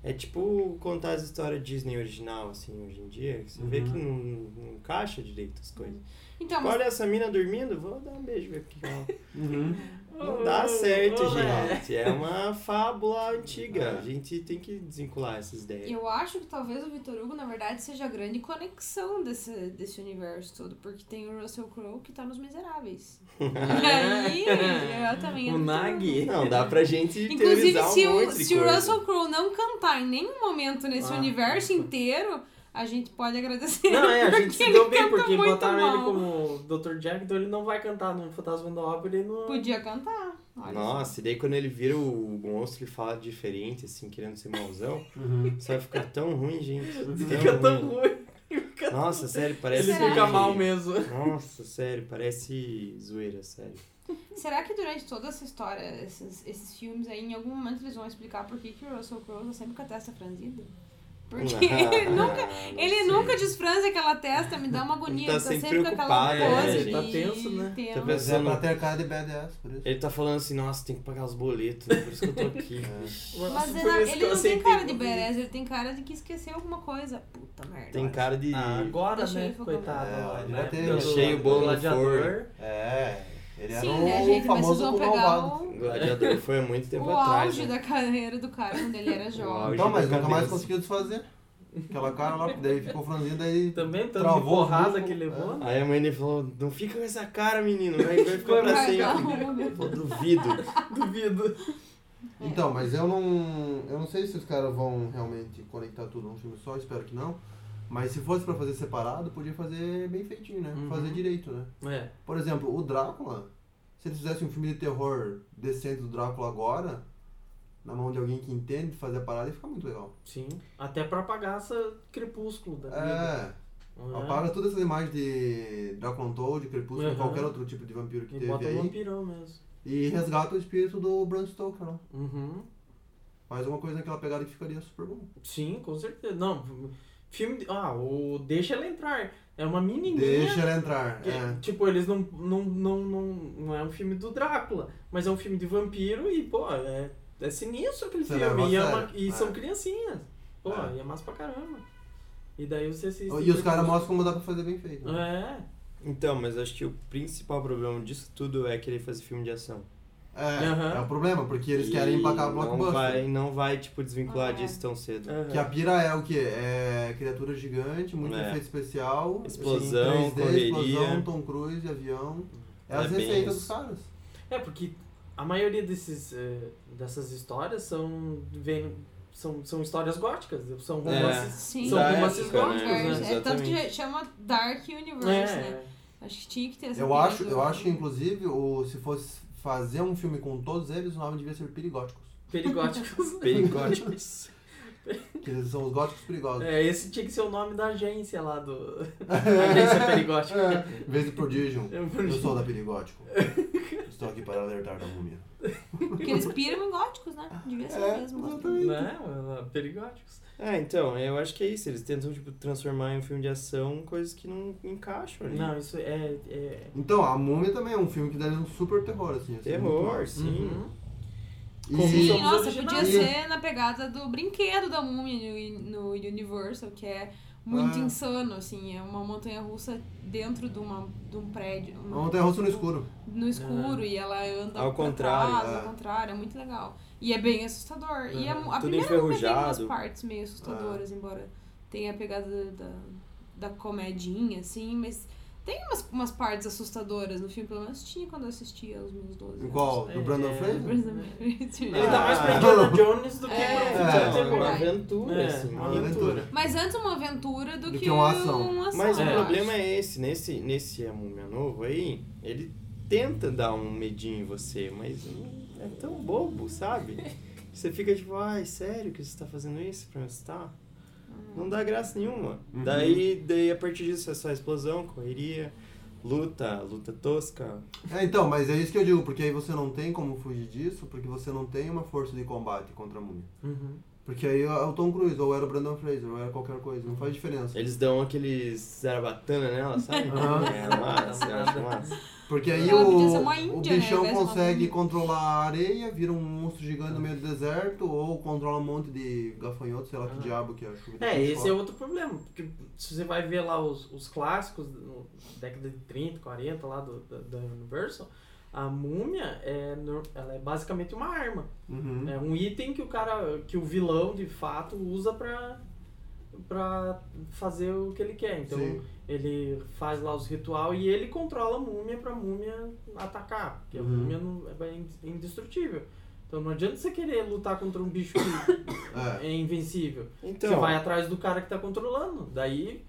É tipo contar as histórias Disney original, assim, hoje em dia. que Você vê que não, não encaixa direito as coisas.
Então, mas
Olha essa mina dormindo, vou dar um beijo ver o que que ela-
Uhum.
Não dá certo,
Ô, né?
gente. É uma fábula antiga. A gente tem que desvincular essas ideias.
eu acho que talvez o Vitor Hugo, na verdade, seja a grande conexão desse, desse universo todo, porque tem o Russell Crowe que tá nos Miseráveis. e aí, eu também
O
era Vitor Hugo.
Nag.
Não, dá pra gente
Inclusive,
teorizar um
se, o,
monte de
se o
coisa.
Russell Crowe não cantar em nenhum momento nesse
Ah.
universo inteiro, a gente pode agradecer.
Não, é, a gente se
porque
deu
ele
bem
canta
porque
muito
botaram ele
mal.
como Dr. Jack, então ele não vai cantar no Fantasma da Ópera e no.
Podia cantar. Olha só.
Nossa, e daí quando ele vira o monstro e fala diferente, assim, querendo ser mauzão,
Uhum.
isso vai ficar tão ruim, gente.
Uhum. Fica tão ruim. Fica-
Nossa, sério, parece...
Ele fica mal mesmo.
Nossa, sério, parece zoeira, sério.
Será que durante toda essa história, esses, esses filmes aí, em algum momento eles vão explicar por que, que o Russell Crowe tá sempre com a testa franzida? Porque ele nunca. Ele nunca desfranze aquela testa, me dá uma agonia.
Ele tá sempre
com aquela
preocupado,
pose.
é,
de...
ele
tá tenso, né?
tenso.
Tá pensando-
Mas é pra ter cara de badass, por isso.
Ele tá falando assim, nossa, tem que pagar os boletos, né? por isso que eu tô aqui.
É.
Mas
Por isso que
ele, ele
eu
não tem
aceitei
cara de
convite.
badass, ele tem cara de que esqueceu alguma coisa. Puta merda.
Tem cara de...
Ah, agora,
Deixa
né?
ele focar.
Coitado.
É,
lá,
ele
né?
vai ter-
Do-
Deixei o bolo
do
no
gladiador.
forno.
É, ele era
Sim,
o
né, gente? Mas vocês
famoso
vão
cu
pegar
malvado.
o,
Gladiador foi há muito tempo
o
atrás,
auge
né?
da carreira do cara quando ele era jovem.
Então, mas
Hoje
nunca mais
cabeça.
conseguiu desfazer. Aquela cara lá, que daí ficou franzida aí.
Também, tanto de
Travou os
porrada
músculos,
que levou. né?
Aí a mãe dele falou, não fica com essa cara, menino, vai, vai ficar
Vai
pra sempre.
Vai dar uma, meu.
Eu duvido.
Duvido.
Então, mas eu não. Eu não sei se os caras vão realmente conectar tudo num filme só, espero que não. Mas se fosse pra fazer separado, podia fazer bem feitinho, né?
Uhum.
Fazer direito, né?
É.
Por exemplo, o Drácula, se eles fizessem um filme de terror decente do Drácula agora, na mão de alguém que entende fazer a parada, ia ficar muito legal.
Sim. Até pra apagar essa crepúsculo da vida.
É,
É.
apaga todas essas imagens de Drácula Untold, Crepúsculo,
Uhum.
qualquer outro tipo de vampiro que
E
teve
bota um
aí.
vampirão mesmo.
E resgata o espírito do Bram Stoker, né?
Uhum.
Mais uma coisa naquela pegada que ficaria super bom.
Sim, com certeza. Não, filme. de- Ah, o Deixa Ela Entrar. É uma menininha.
Deixa ela entrar.
que-
É.
Tipo, eles não, não, não, não. Não é um filme do Drácula, mas é um filme de vampiro e, pô, é, é sinistro aquele
Você leva
filme.
a
E, é uma-
sério.
e
É.
são criancinhas. Pô,
É.
e é massa pra caramba. E daí você assiste.
é
E os caras mostram como dá pra fazer bem feito. né?
É.
Então, mas acho que o principal problema disso tudo é querer fazer filme de ação.
É,
Aham.
é o problema, porque eles querem empacar
o Não
blockbuster.
vai, não vai tipo, desvincular
Ah, é.
disso tão cedo.
aham.
Que a pira é o quê? É criatura gigante, muito
É.
efeito especial, assim,
Explosão,
3D,
correria.
explosão, Tom Cruise, avião. É,
É
as
bem
receitas
isso.
dos caras.
É, porque a maioria desses, eh, dessas histórias são, vem, são, são histórias góticas, são
É.
romances.
Sim.
São
Da
romances
época, né?
góticos, né?
É tanto que
Exatamente.
chama Dark Universe, né?
É,
Acho que tinha que ter
É
essa
Eu
coisa
acho,
do-
eu acho que, inclusive, o, se fosse fazer um filme com todos eles, o nome devia ser Perigóticos.
perigóticos.
É Perigóticos.
Que eles são os góticos perigosos.
É, esse tinha que ser o nome da agência lá do. agência perigótica.
É, Em vez de Prodigium.
Eu-
Eu sou da Perigótico. Estou aqui para alertar da múmia.
Porque eles piram em góticos, né? Devia ser
É,
mesmo. gótico.
exatamente.
Né? Perigóticos.
É, então, eu acho que é isso. Eles tentam, tipo, transformar em um filme de ação coisas que não encaixam ali.
Não, isso é. é...
Então, a múmia também é um filme que daria um super terror, assim. assim, muito
Terror,
massa.
sim.
Uhum.
E- é um
Sim,
São os
nossa,
originais.
podia ser na pegada do brinquedo da múmia no, no Universal, que é muito
Ah.
insano, assim, é uma montanha russa dentro de, uma, um de um prédio.
Uma montanha russa é no escuro.
No escuro, e ela anda
Ao
pra
contrário,
trás,
é.
ao contrário, é muito legal. E é bem assustador. E a,
Uhum.
a primeira
Tudo
múmia tem é umas
enferrujado. É.
partes meio assustadoras, embora tenha a pegada da, da comedinha, assim, mas tem umas, umas partes assustadoras no filme, pelo menos tinha quando eu assistia aos meus 12
Em
anos.
qual?
É.
Do Brandon Fraser?
Ele tá mais pra
Ah.
Indiana Jones do que
É,
pra um filme de
é,
Então, é uma
terror.
verdade.
aventura,
É,
assim.
uma
Uma aventura.
Mas antes uma aventura do, que,
uma
uma
ação.
ação.
Mas
É.
o
eu
problema
acho.
é esse, nesse, nesse A Múmia Novo aí, ele tenta dar um medinho em você, mas não- é tão bobo, sabe? Você fica tipo, ai, sério que você tá fazendo isso pra me assustar? Não dá graça nenhuma.
Uhum.
Daí, daí, a partir disso, é só explosão, correria, luta, luta tosca.
É, então, mas é isso que eu digo, porque aí você não tem como fugir disso, porque você não tem uma força de combate contra a múmia.
Uhum.
Porque aí é o Tom Cruise, ou era o Brandon Fraser, ou era qualquer coisa, não faz diferença.
Eles dão aqueles zarabatana nela, sabe?
Aham.
É massa, eu acho massa.
Porque aí
Ela podia ser
o,
uma
o
índia, né,
bichão
ao invés de uma
consegue
múmia.
controlar a areia, vira um monstro gigante no meio do deserto, ou controla um monte de gafanhoto, sei lá que
Ah.
diabo que é a chuva.
É, esse é outro problema. Porque se você vai ver lá os, os clássicos no- década de 30, 40 lá do, da- da Universal, a múmia é, nor- ela é basicamente uma arma.
Uhum.
É um item que o cara, que o vilão de fato usa pra, pra fazer o que ele quer. Então
Sim.
ele faz lá os ritual e ele controla a múmia pra múmia atacar. Porque
Uhum.
a múmia não, é in- indestrutível. Então não adianta você querer lutar contra um bicho que
É.
é invencível.
Então,
Você vai atrás do cara que tá controlando. Daí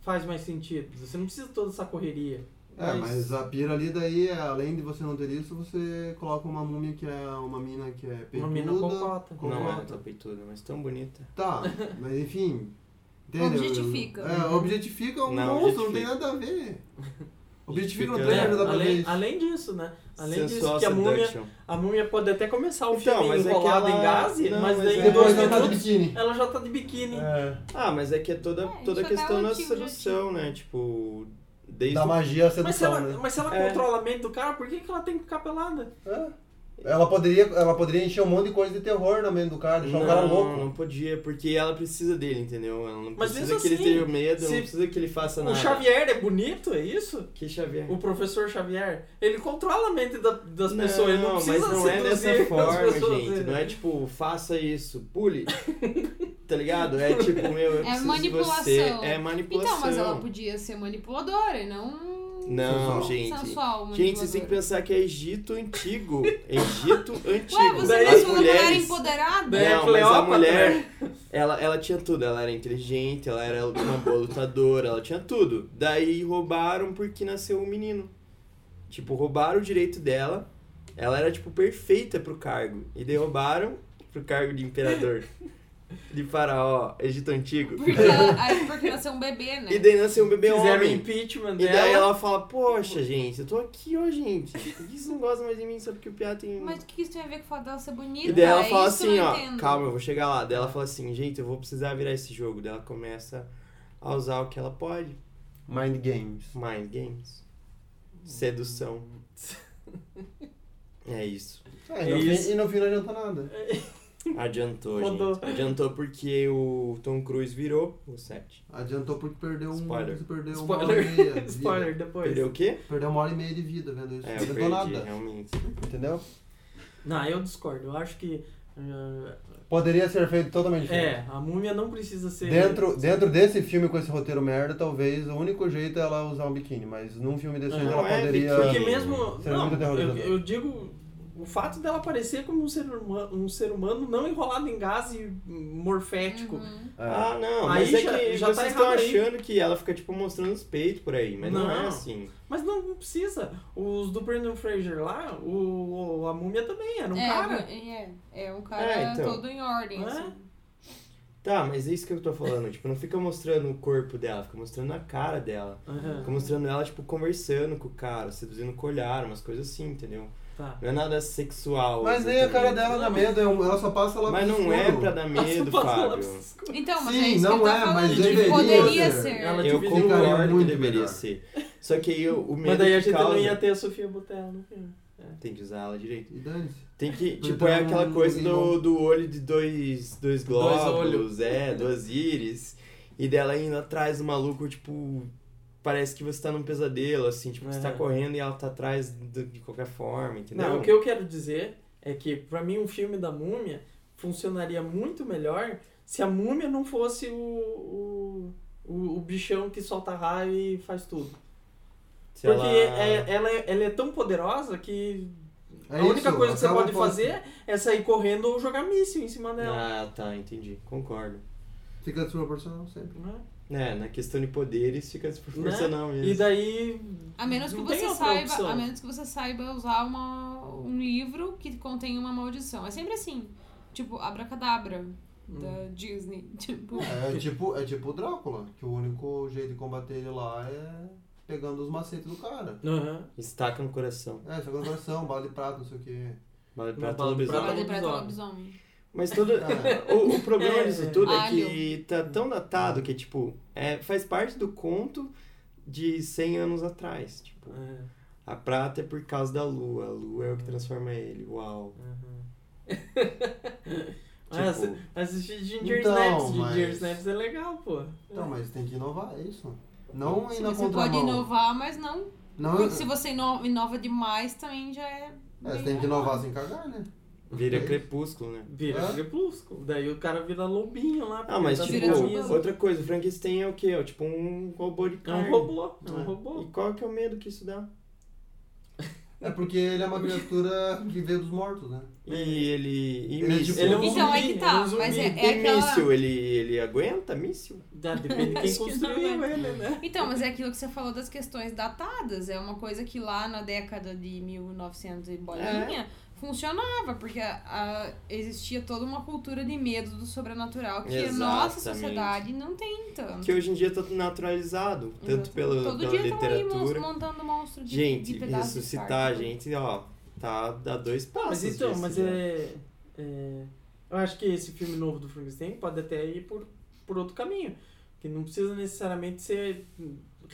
faz mais sentido. Você não precisa de toda essa correria.
É, mas a pira ali daí, é, além de você não ter isso, você coloca uma múmia que é uma mina que é peituda.
Uma mina cocota.
não é
cocota.
tão peituda, mas tão bonita.
Tá, mas enfim. entendeu?
Objetifica. Uhum.
É, objetifica um
Não,
monstro, não tem
objetifica. né?
nada a ver. Objetifica não
Objetifica.
tem
É,
nada a ver.
além, além disso, né? Além disso,
Sensual
que a múmia
Seduction.
A múmia pode até começar o
Então,
filme
mas é que
enrolado
ela-
em gás,
não,
mas
mas
daí
é-
em dois
ela tá de
minutos
biquíni.
ela já tá de biquíni.
Ah, mas é que é toda,
É,
toda a
isso até é
questão
um
da
antigo, já
sedução, né? Tipo, desde.
Da magia à
Mas se ela,
sedução, né?
mas se ela
É.
controla a mente do cara, por que, que ela tem que ficar pelada?
É. Ela poderia, ela poderia encher um monte de coisa de terror na mente do cara, deixar o
não,
um cara louco.
não podia, porque ela precisa dele, entendeu? Ela não
Mas
precisa
mesmo
que ele
assim,
tenha medo, não
se-
precisa que ele faça
O
nada.
Xavier é bonito, é isso?
Que Xavier?
O professor Xavier, ele controla a mente da- das
Não,
pessoas, ele não
mas
precisa
não é
seduzir
dessa
as
forma,
pessoas,
gente.
né?
Não é tipo, faça isso, pule. tá ligado? É tipo, meu, eu
É
preciso de
manipulação.
você. É manipulação.
Então, mas ela podia ser manipuladora e não.
Sensual.
Não, gente.
Sensual,
Gente, vocês têm que
manipuladora.
pensar que é Egito antigo. Egito antigo.
Ué, você
Daí
não
As
é uma mulher
mulheres.
empoderada?
Daí a
Não, mas a
Né, Cleópatra.
mulher, ela, ela tinha tudo. Ela era inteligente, ela era uma boa lutadora, ela tinha tudo. Daí roubaram porque nasceu um menino. Tipo, roubaram o direito dela. Ela era, tipo, perfeita pro cargo. E daí roubaram pro cargo de imperador. De faraó, Egito Antigo.
Porque, ela, aí, porque nasceu um bebê, né?
E daí nasceu um bebê
Fizeram
homem.
impeachment
E daí
dela.
ela fala, poxa, gente, eu tô aqui, ó, gente. Por que vocês não gostam mais de mim só porque o Piá tem... um
Mas o que isso tem a ver com o fato dela ser bonita?
E daí ela
É
fala
isso que eu
assim,
não
ó,
entendo.
calma, eu vou chegar lá. Daí ela fala assim, gente, eu vou precisar virar esse jogo. Daí ela começa a usar o que ela pode.
Mind games.
Mind games. Sedução. É isso.
É,
É
e, no
isso.
fim, e no fim não adianta nada.
Adiantou,
Rodou.
gente. Adiantou porque o Tom Cruise virou o 7.
Adiantou porque perdeu um.
Spoiler.
você Perdeu uma hora e meia. de
Spoiler,
vida.
spoiler depois.
Perdeu é o quê?
Perdeu uma hora e meia de vida vendo isso.
É,
não
eu
adiantou
perdi,
nada.
realmente.
Entendeu?
Não, eu discordo. Eu acho que ah,
Poderia ser feito totalmente
É,
diferente.
a múmia não precisa ser.
Dentro, dentro desse filme com esse roteiro merda, talvez o único jeito é ela usar um biquíni, mas num filme desse
É.
jeito
Não
ela
é
poderia.
biquíni.
Porque mesmo.
Seria
Não,
muito
tá
eu,
aterrorizador.
eu digo o fato dela aparecer como um ser humano, um ser humano não enrolado em gás e
Uhum.
morfético.
É.
Ah, não,
Aí
mas é
já-
que
já tá
vocês estão
errado aí.
achando que ela fica, tipo, mostrando os peitos por aí, mas não,
Não.
é assim.
Mas não, não precisa. Os do Brandon Fraser lá, o, o- a múmia também era um
é,
cara.
É, é um cara
É, então.
todo em ordem,
Não é?
assim.
Tá, mas é isso que eu tô falando, tipo, não fica mostrando o corpo dela, fica mostrando a cara dela.
Aham,
Fica mostrando ela, tipo, conversando com o cara, seduzindo com o olhar, umas coisas assim, entendeu?
tá.
Não é nada sexual.
Mas nem a cara
exatamente.
dela dá medo, é um- ela só passa lá
Mas
pro
não é
escuro.
pra dar medo,
Nossa, passou um lá
Fábio.
pra esses co-
Então, mas
Sim,
é isso
não
que
é,
eu tô falando,
mas
de que
deveria
poderia
ser.
ser.
Ela-
Eu
Ficaria
concordo que
muito
deveria
melhor.
ser. Só que aí o o medo
Mas daí a
que
gente
causa...
não ia ter a Sofia Botella no filme.
Tem que usar ela direito.
E dane-se.
Tem que,
Então,
tipo, é aquela coisa
e
do,
não-
do olho de dois, dois glóbulos, é, duas íris. E dela indo atrás do maluco, tipo, parece que você tá num pesadelo, assim, tipo, você tá
É.
correndo e ela tá atrás do- de qualquer forma, entendeu?
Não, o que eu quero dizer é que, pra mim, um filme da múmia funcionaria muito melhor se a múmia não fosse o, o, o, o bichão que solta raio e faz tudo.
Se
Porque
ela-
é- ela, é, ela é tão poderosa que
É
a única
isso,
coisa que você
aquela
pode
foto.
fazer é sair correndo ou jogar míssil em cima dela.
Ah, tá, entendi. Concordo.
Fica desproporcional sempre.
né?
É, na questão de poderes fica desproporcional mesmo.
E daí.
A menos que
não tem
você
outra
saiba,
opção.
a menos que você saiba usar uma, um livro que contém uma maldição. É sempre assim, tipo Abracadabra da Disney, tipo.
É tipo, é tipo o Drácula, que o único jeito de combater ele lá é pegando os macetes do cara.
Aham.
Estaca no coração.
É, só coração, bala de prata, não sei o quê.
Vale
Não,
pra
vale
todo
pra-
bizarro.
Olha de prata
lobisomem.
lobisomem.
Mas todo. o, o problema
É.
disso tudo é que
Alho.
tá tão datado que, tipo, é, faz parte do conto de 100 anos atrás. Tipo,
É.
a prata é por causa da lua. A lua é o que transforma ele. Uau.
Ah, assi-
Tipo,
assistir Ginger
Então,
Snaps. Ginger
mas-
Snaps é legal, pô.
Então, mas tem que inovar, é isso. Não ir na
Tipo, Você pode
contramão.
inovar, mas não.
Não,
Se você ino- inova demais, também já é.
é, você tem que inovar sem cagar, né?
vira
Ok.
crepúsculo, né?
Vira
Hã?
crepúsculo. Daí o cara vira lobinho lá.
Ah, mas
tá
tipo,
sem camisa.
outra coisa, o Frankenstein é o quê? É tipo um robô de
É
carne.
um robô. É um
É.
robô.
E qual que é o medo que isso dá?
É porque ele é uma criatura que veio dos mortos, né?
É.
E ele. E
Ele é
míssil.
tipo- Ele é um
Então, aí
zumbi,
que
é um
tá.
zumbi.
mas é,
E
é aquela.
míssil, ele, ele aguenta míssil?
Ah, depende de quem
Acho que não
construiu
vai.
ele, né?
Então, mas é aquilo que você falou das questões datadas. É uma coisa que lá na década de 1900 e
É.
bolinha funcionava, porque a- a- existia toda uma cultura de medo do sobrenatural que a nossa
Exatamente.
sociedade não tem tanto.
Que hoje em dia tá naturalizado, tanto pela,
Uhum. Todo
pela
dia estão aí
literatura.
monstro, montando monstro de,
gente,
de pedaços de
ressuscitar a
carne.
gente, ó, tá dá dois passos.
Mas então,
disso,
mas
né?
é, é- Eu acho que esse filme novo do Frankenstein pode até ir por, por outro caminho. Que não precisa necessariamente ser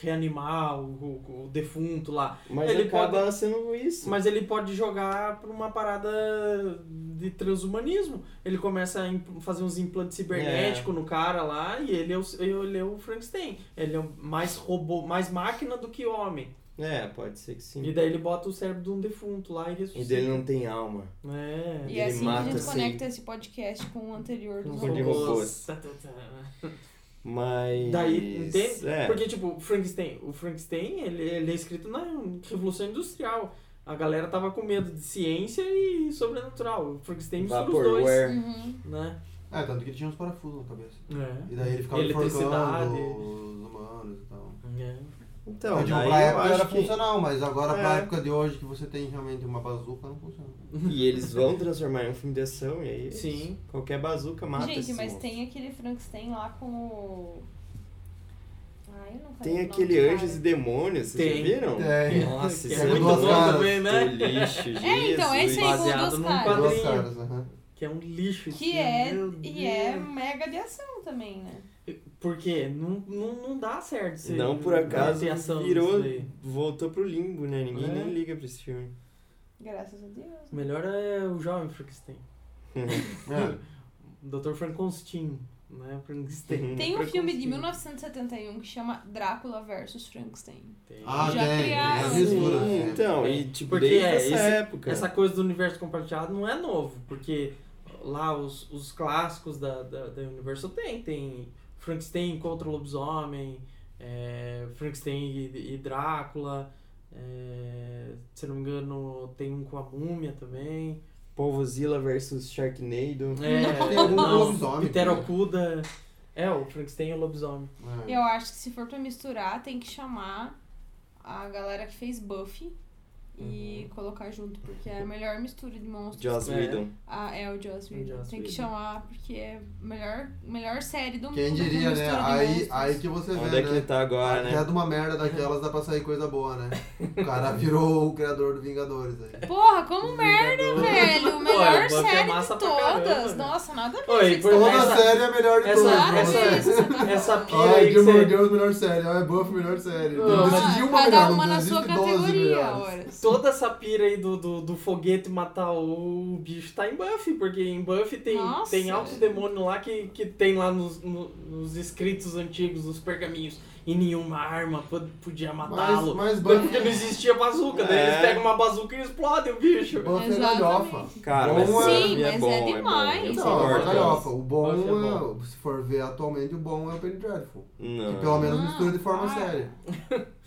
reanimar o, o- o defunto lá.
Mas
ele
acaba sendo isso.
Mas ele pode jogar pra uma parada de transhumanismo. Ele começa a imp- fazer uns implantes
É.
cibernéticos no cara lá e ele é o, ele é o Frankenstein. Ele é mais robô, mais máquina do que homem.
É, pode ser que sim.
E daí ele bota o cérebro de um defunto lá e
E
ressuscita.
dele não tem alma.
É.
E
Ele
é assim que a
mata
gente
sem-
conecta esse podcast com o anterior dos
Com o de
robôs.
robôs. Mas.
Daí, entende?
É.
Porque, tipo, o Frankenstein, o Frankenstein ele, ele é escrito na Revolução Industrial. A galera tava com medo de ciência e sobrenatural. O Frankenstein mistura os dois,
Vaporware.
Uhum.
né?
É, tanto que ele tinha uns parafusos na cabeça.
É.
E daí ele ficava
Eletricidade.
enforcando os humanos e tal.
Então,
eu digo,
daí
pra
eu
época
acho
era
que...
funcional, mas agora pra
É.
época de hoje que você tem realmente uma bazuca, não funciona.
E eles vão transformar em um filme de ação e aí.
É. Sim.
Qualquer bazuca mata
Gente,
esse
mas
monstro.
tem aquele Frankenstein lá com o. Ai, eu não falei
Tem
o um nome
aquele
do cara.
Anjos e Demônios, vocês já
Tem.
viram?
Tem.
Nossa,
Que
isso
é
é muito
duas
bom
caras.
também, né?
lixo, Jesus.
É, então, esse aí com
Baseado
duas
num
caras.
quadrinho.
Duas caras, aham.
Que é um lixo. assim,
Que é,
meu
e é
Deus.
mega de ação também, né?
Porque não, não, não dá certo. se-
Não por acaso
ter ação
virou,
nisso daí.
voltou pro limbo, né? Ninguém
É.
nem liga pra esse filme.
Graças a Deus.
O melhor é o jovem Frankenstein.
É.
Dr. Frankenstein, né?
Uhum.
Frankenstein.
Tem um filme
Frankenstein.
de 1971 que chama Drácula versus Frankenstein.
Tem.
Ah,
Já
tem. tem a
criaram.
mistura,
Sim,
né?
então, e tipo,
É. Porque
desde
é,
essa
esse-
época.
Essa coisa do universo compartilhado não é novo, porque lá os, os clássicos da, da, da Universal tem. Tem Frankenstein contra o Lobisomem, é, Frankenstein e, e Drácula. é, se não me engano, tem um com a múmia também.
Povozilla versus Sharknado.
É,
Tem um com o
não,
lobisomem,
Pterocuda. É, o Frankenstein e o Lobisomem.
É.
Eu acho que se for pra misturar, tem que chamar a galera que fez Buffy e colocar junto, porque é a melhor mistura de monstros.
Joss
É.
Whedon.
Ah, é o Joss Whedon.
Joss
tem que
Whedon.
chamar, porque é a melhor, melhor série do mundo.
Quem
com
diria, né?
mistura de
Aí,
monstros.
aí que você vê,
Onde é que ele
né?
tá agora,
Até
né?
de uma merda daquelas dá pra sair coisa boa, né? O cara virou o criador do Vingadores aí.
Porra, como merda,
Vingadores.
velho!
Pô,
Melhor
Buffy é
série
massa
de
pra caramba,
todas!
né?
Nossa, nada a ver.
Oi,
gente.
por-
Toda
essa-
série é a melhor de
essa-
todas. né?
Claro
pra
essa-
é
você.
isso, tá bom.
Essa pira
Ah,
aí que
Gilmore
você-
Girls, melhor série. Ah, Buff, melhor série.
Ah,
Não decidi uma
Cada
melhor,
uma
não
na sua
existe 12
categoria,
melhores.
horas.
Toda essa pira aí do, do, do foguete matar o bicho tá em Buffy, porque em Buffy tem,
Nossa.
tem altos demônios lá que, que tem lá nos, no- nos escritos antigos, nos pergaminhos, e nenhuma arma pod- podia
Mas,
matá-lo.
mas Buff,
Porque não existia bazuca, daí
É.
eles pegam uma bazuca e explodem o bicho.
Buff é
Exatamente.
galhofa.
Cara,
Bom é-
mas
Sim,
Buffy
mas é
bom,
demais.
bom. Eu
Isso
Não,
concordo.
é galhofa. O bom,
Buff é
é, se for ver atualmente, o bom é o Penny Dreadful.
Não.
Que pelo menos
Não,
mistura de forma
para.
séria.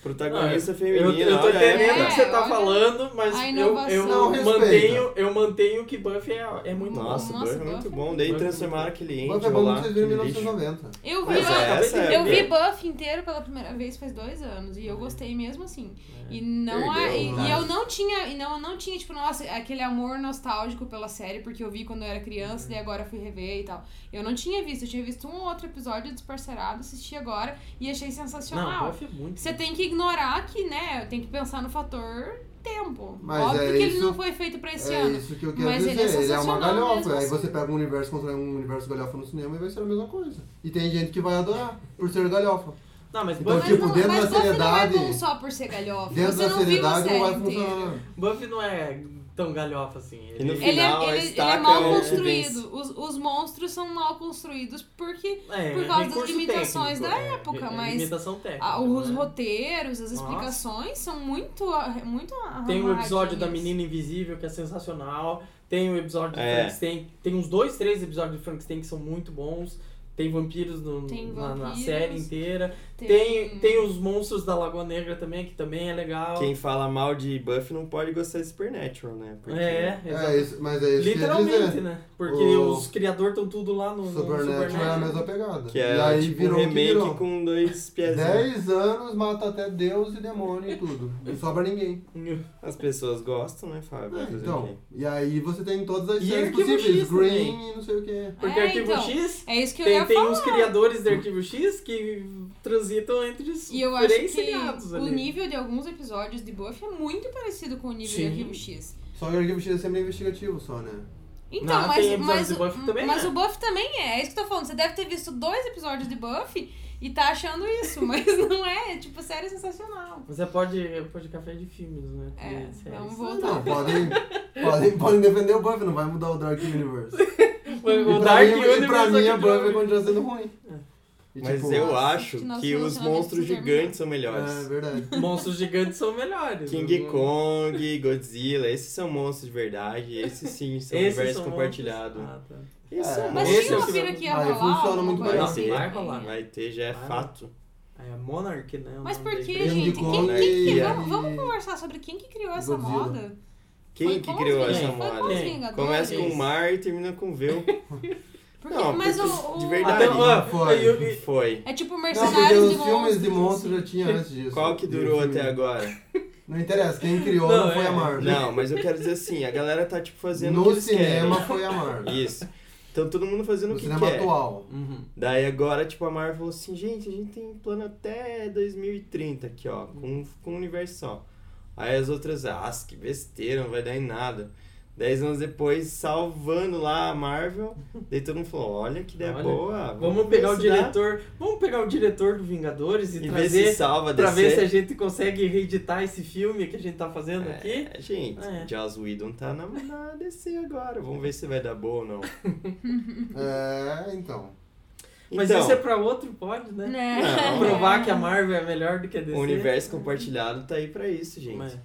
Protagonista
Ah, Eu,
é feminina.
eu tô
olha a
entendendo o
época.
que você
É,
tá
olha
falando, mas
a
eu, eu,
inovação.
Não,
mantenho,
respeita.
eu mantenho que Buffy é, é muito bom.
Nossa,
Nossa,
Buffy é muito
Buffy é
bom. Daí
bom.
transformaram aquele
Buff é
índio
bom
lá.
que vocês viram em
aquele lixo.
1990.
Eu vi,
Mas
a-
é,
essa é a
eu vi
ideia.
Buff inteiro pela primeira vez faz dois anos e eu gostei mesmo assim. E não é, e,
Perdeu,
e
né?
eu não tinha, e não, eu não tinha tipo, nossa, aquele amor nostálgico pela série porque eu vi quando eu era criança e agora fui rever e tal. Eu não tinha visto, eu tinha visto um ou outro episódio desparcerado, assisti agora e achei
Não,
sensacional.
Buffy é muito
Você
bom.
tem que ignorar que, né, tem que pensar no fator tempo.
Mas
Óbvio
é
que ele
isso-
não foi feito pra esse
É
ano.
isso que eu quero
Mas
dizer.
ele é
Ele é, uma
sensacional mesmo
galhofa. Aí
assim.
você pega um universo contra um universo galhofa no cinema e vai ser a mesma coisa. E tem gente que vai adorar por ser galhofa.
Não, mas
Então,
Buffy,
Mas,
tipo,
não,
dentro
mas
da
Buffy
seriedade-
não é bom só por ser galhofa.
Dentro
Você
da
não viu a
seriedade
série
não vai
inteira.
funcionar.
Buffy não é tão galhofa assim.
E no
Ele-
fim-
Ele,
Final,
é,
a
ele- ele é
estaca é
mal
o que vence.
construído. Os, os monstros são mal construídos porque
É,
por causa das
recurso
limitações
técnico,
da
é,
época,
é,
mas
Limitação técnica.
a- os
né?
roteiros, as
Nossa.
explicações são muito, muito
Tem o episódio da
arrumadinhas.
Menina Invisível, que é sensacional. Tem o episódio do
É.
Frankenstein. Tem uns dois, três episódios do Frankenstein que são muito bons. Tem vampiros, no-
Tem
na, na
vampiros. um-
série inteira. Tem, tem um- os monstros da Lagoa Negra também, que também é legal.
Quem fala mal de Buffy não pode gostar de Supernatural, né? Porque
É,
É
exato.
isso, mas é isso que eu ia
Literalmente,
dizer.
né? Porque
O-
os criadores estão tudo lá no no
Supernatural é a mesma pegada.
Que é
e aí
tipo
virou
um
o que
remake
virou.
com dois piezinhos.
10 anos mata até Deus e demônio e tudo. Não sobra ninguém.
As pessoas gostam, né, Fábio? Vai
É,
fazer o
então,
quê?
e aí você tem todas as
E
séries
Arquivo
possíveis.
X
Green e não sei o que.
Porque
É,
Arquivo
então.
X
É isso que eu
tem,
ia
tem
falar.
uns criadores de Arquivo X que transitam entre os
E eu acho
três
que
seriados
o
ali.
nível de alguns episódios de Buffy é muito parecido com o nível
Sim.
de Arquivo X.
Só que o Arquivo X é sempre investigativo só, né?
Então,
Não,
mas,
tem episódios
mas,
de Buffy que também
mas
é.
o Buffy também é. É isso que eu tô falando. Você deve ter visto dois episódios de Buffy e tá achando isso, mas não é. É tipo série sensacional.
Você pode, pode café de filmes, né?
É,
De séries.
vamos
Ah,
voltar.
Não, podem, podem, podem defender o Buffy, não vai mudar o Dark Universe.
Mas
E
O
pra
Dark
mim,
Universe
E pra mim,
é
a
que É.
Buffy
eu-
continua sendo ruim. E,
Mas
tipo,
eu
Nossa,
acho
que nosso
que os
relacionamento
monstros
terminou.
gigantes são
É
melhores.
verdade.
Monstros gigantes são melhores.
King
Eu-
Kong, Godzilla, esses são monstros de verdade. Esses sim são
Esses
universo
são
compartilhado.
monstros- Ah, tá.
Esses
É,
são
Mas
monstros.
Esse é
tinha
o
uma
que
pira
vai-
que Ah, ia
Aí
rolar.
funciona
alguma
muito
coisa
bem.
assim?
Vai rolar.
Vai ter, já é
Vai.
fato.
Ah, É Monarch, né? o
Mas
nome
por
da
que,
empresa.
gente?
King
Quem,
Kong
quem que-
e-
vamos, vamos conversar sobre quem que criou essa
Godzilla.
moda?
Quem
Foi
que
com
criou
os
essa
Vingadores, Foi com os
moda?
Quem?
Vingadores.
Começa com
Quem?
mar e termina com Vil.
Porque-
Não,
mas
porque
o, o-
de verdade-
Até, ó,
Foi.
Ah, tá. eu- eu-
Foi.
É tipo
Não, porque
mercenários
os
de
filmes de
monstros, assim.
monstro já tinha antes disso.
Qual que durou
E o filme-
até agora?
Não interessa, quem criou
Não,
não, foi
é.
a Marvel.
Não, mas eu quero dizer assim, a galera tá tipo fazendo o que
No
eles
cinema foi a Marvel.
querem. Isso. Então todo mundo fazendo
No
o que
cinema
quer.
atual.
Uhum.
Daí agora, tipo, a Marvel falou assim, gente, a gente tem plano até 2030 aqui, ó, com, com um universo só. Aí as outras, ah, que besteira, não vai dar em nada. Dez anos depois, salvando lá a Marvel, daí todo mundo falou, olha que ideia
Olha,
boa.
Vamos pegar o
ver se dá.
diretor. Vamos pegar o diretor do Vingadores e,
e ver se
trazer
salva
pra ver se a
DC.
gente consegue reeditar esse filme que a gente tá fazendo aqui.
É, gente,
É.
Joss Whedon tá na, na DC agora. Vamos ver se vai dar boa ou não.
É, então.
Mas
então,
isso é pra outro pod, né?
Né?
Não.
Provar que a Marvel é melhor do que a DC.
o universo compartilhado tá aí pra isso, gente.
Mas-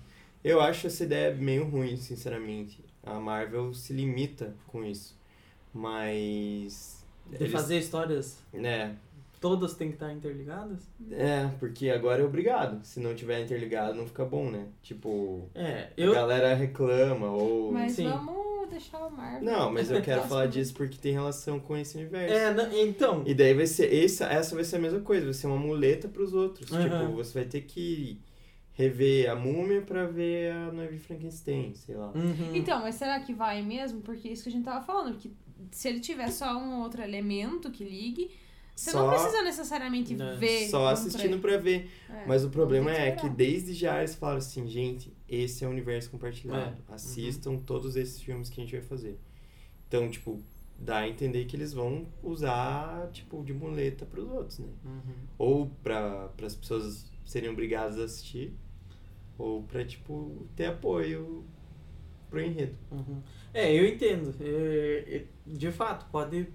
Eu acho essa ideia meio ruim, sinceramente. A Marvel se limita com isso. Mas.
De
eles-
fazer histórias,
Né?
todas têm que estar interligadas?
É, porque agora é obrigado. Se não tiver interligado, não fica bom, né? Tipo,
É,
a
eu.
galera reclama ou.
Mas
Sim.
vamos deixar o Marvel.
Não, mas eu quero
Nossa.
falar disso porque tem relação com esse universo.
É, na- então.
E daí vai ser. Essa, essa vai ser a mesma coisa, vai ser uma muleta pros outros.
Aham.
Tipo, você vai ter que rever a múmia pra ver a noiva de Frankenstein, sei lá.
Uhum.
Então, mas será que vai mesmo? Porque isso que a gente tava falando, porque se ele tiver só um outro elemento que ligue, você não
Só-
precisa necessariamente
Né.
ver. um
Só assistindo pra ver.
É.
Mas o problema
ter que
é que
esperar.
desde já eles falaram assim, gente, esse é o universo compartilhado.
É.
Assistam
Uhum.
todos esses filmes que a gente vai fazer. Então, tipo, dá a entender que eles vão usar, tipo, de muleta pros outros, né?
Uhum.
Ou pra, pras pessoas serem obrigadas a assistir, ou pra, tipo, ter apoio pro enredo.
Uhum. É, eu entendo. É, é, de fato, pode.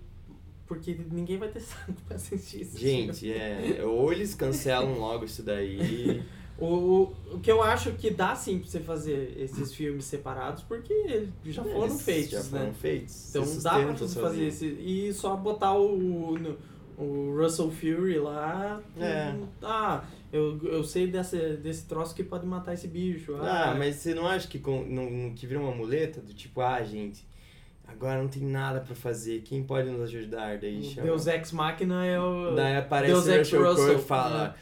Porque ninguém vai ter saco pra assistir isso.
Gente, é. Ou eles cancelam logo isso daí.
O, o, o que eu acho que dá sim pra você fazer esses filmes separados, porque eles já foram
Eles
feitos,
já foram
né?
feitos.
Então
se
dá pra
sustentam
você fazer
sozinho.
esse. E só botar o, no- o Russell Fury lá.
É.
hum, Ah, eu, eu sei dessa, desse troço que pode matar esse bicho.
Ah, mas você não acha que, com, não, não- que vira uma muleta do tipo, ah, gente, agora não tem nada pra fazer, quem pode nos ajudar? Daí
o
chama.
Deus Ex Machina é o.
Daí aparece
Deus
o
Ex
Russell Crowe
Russell.
e fala,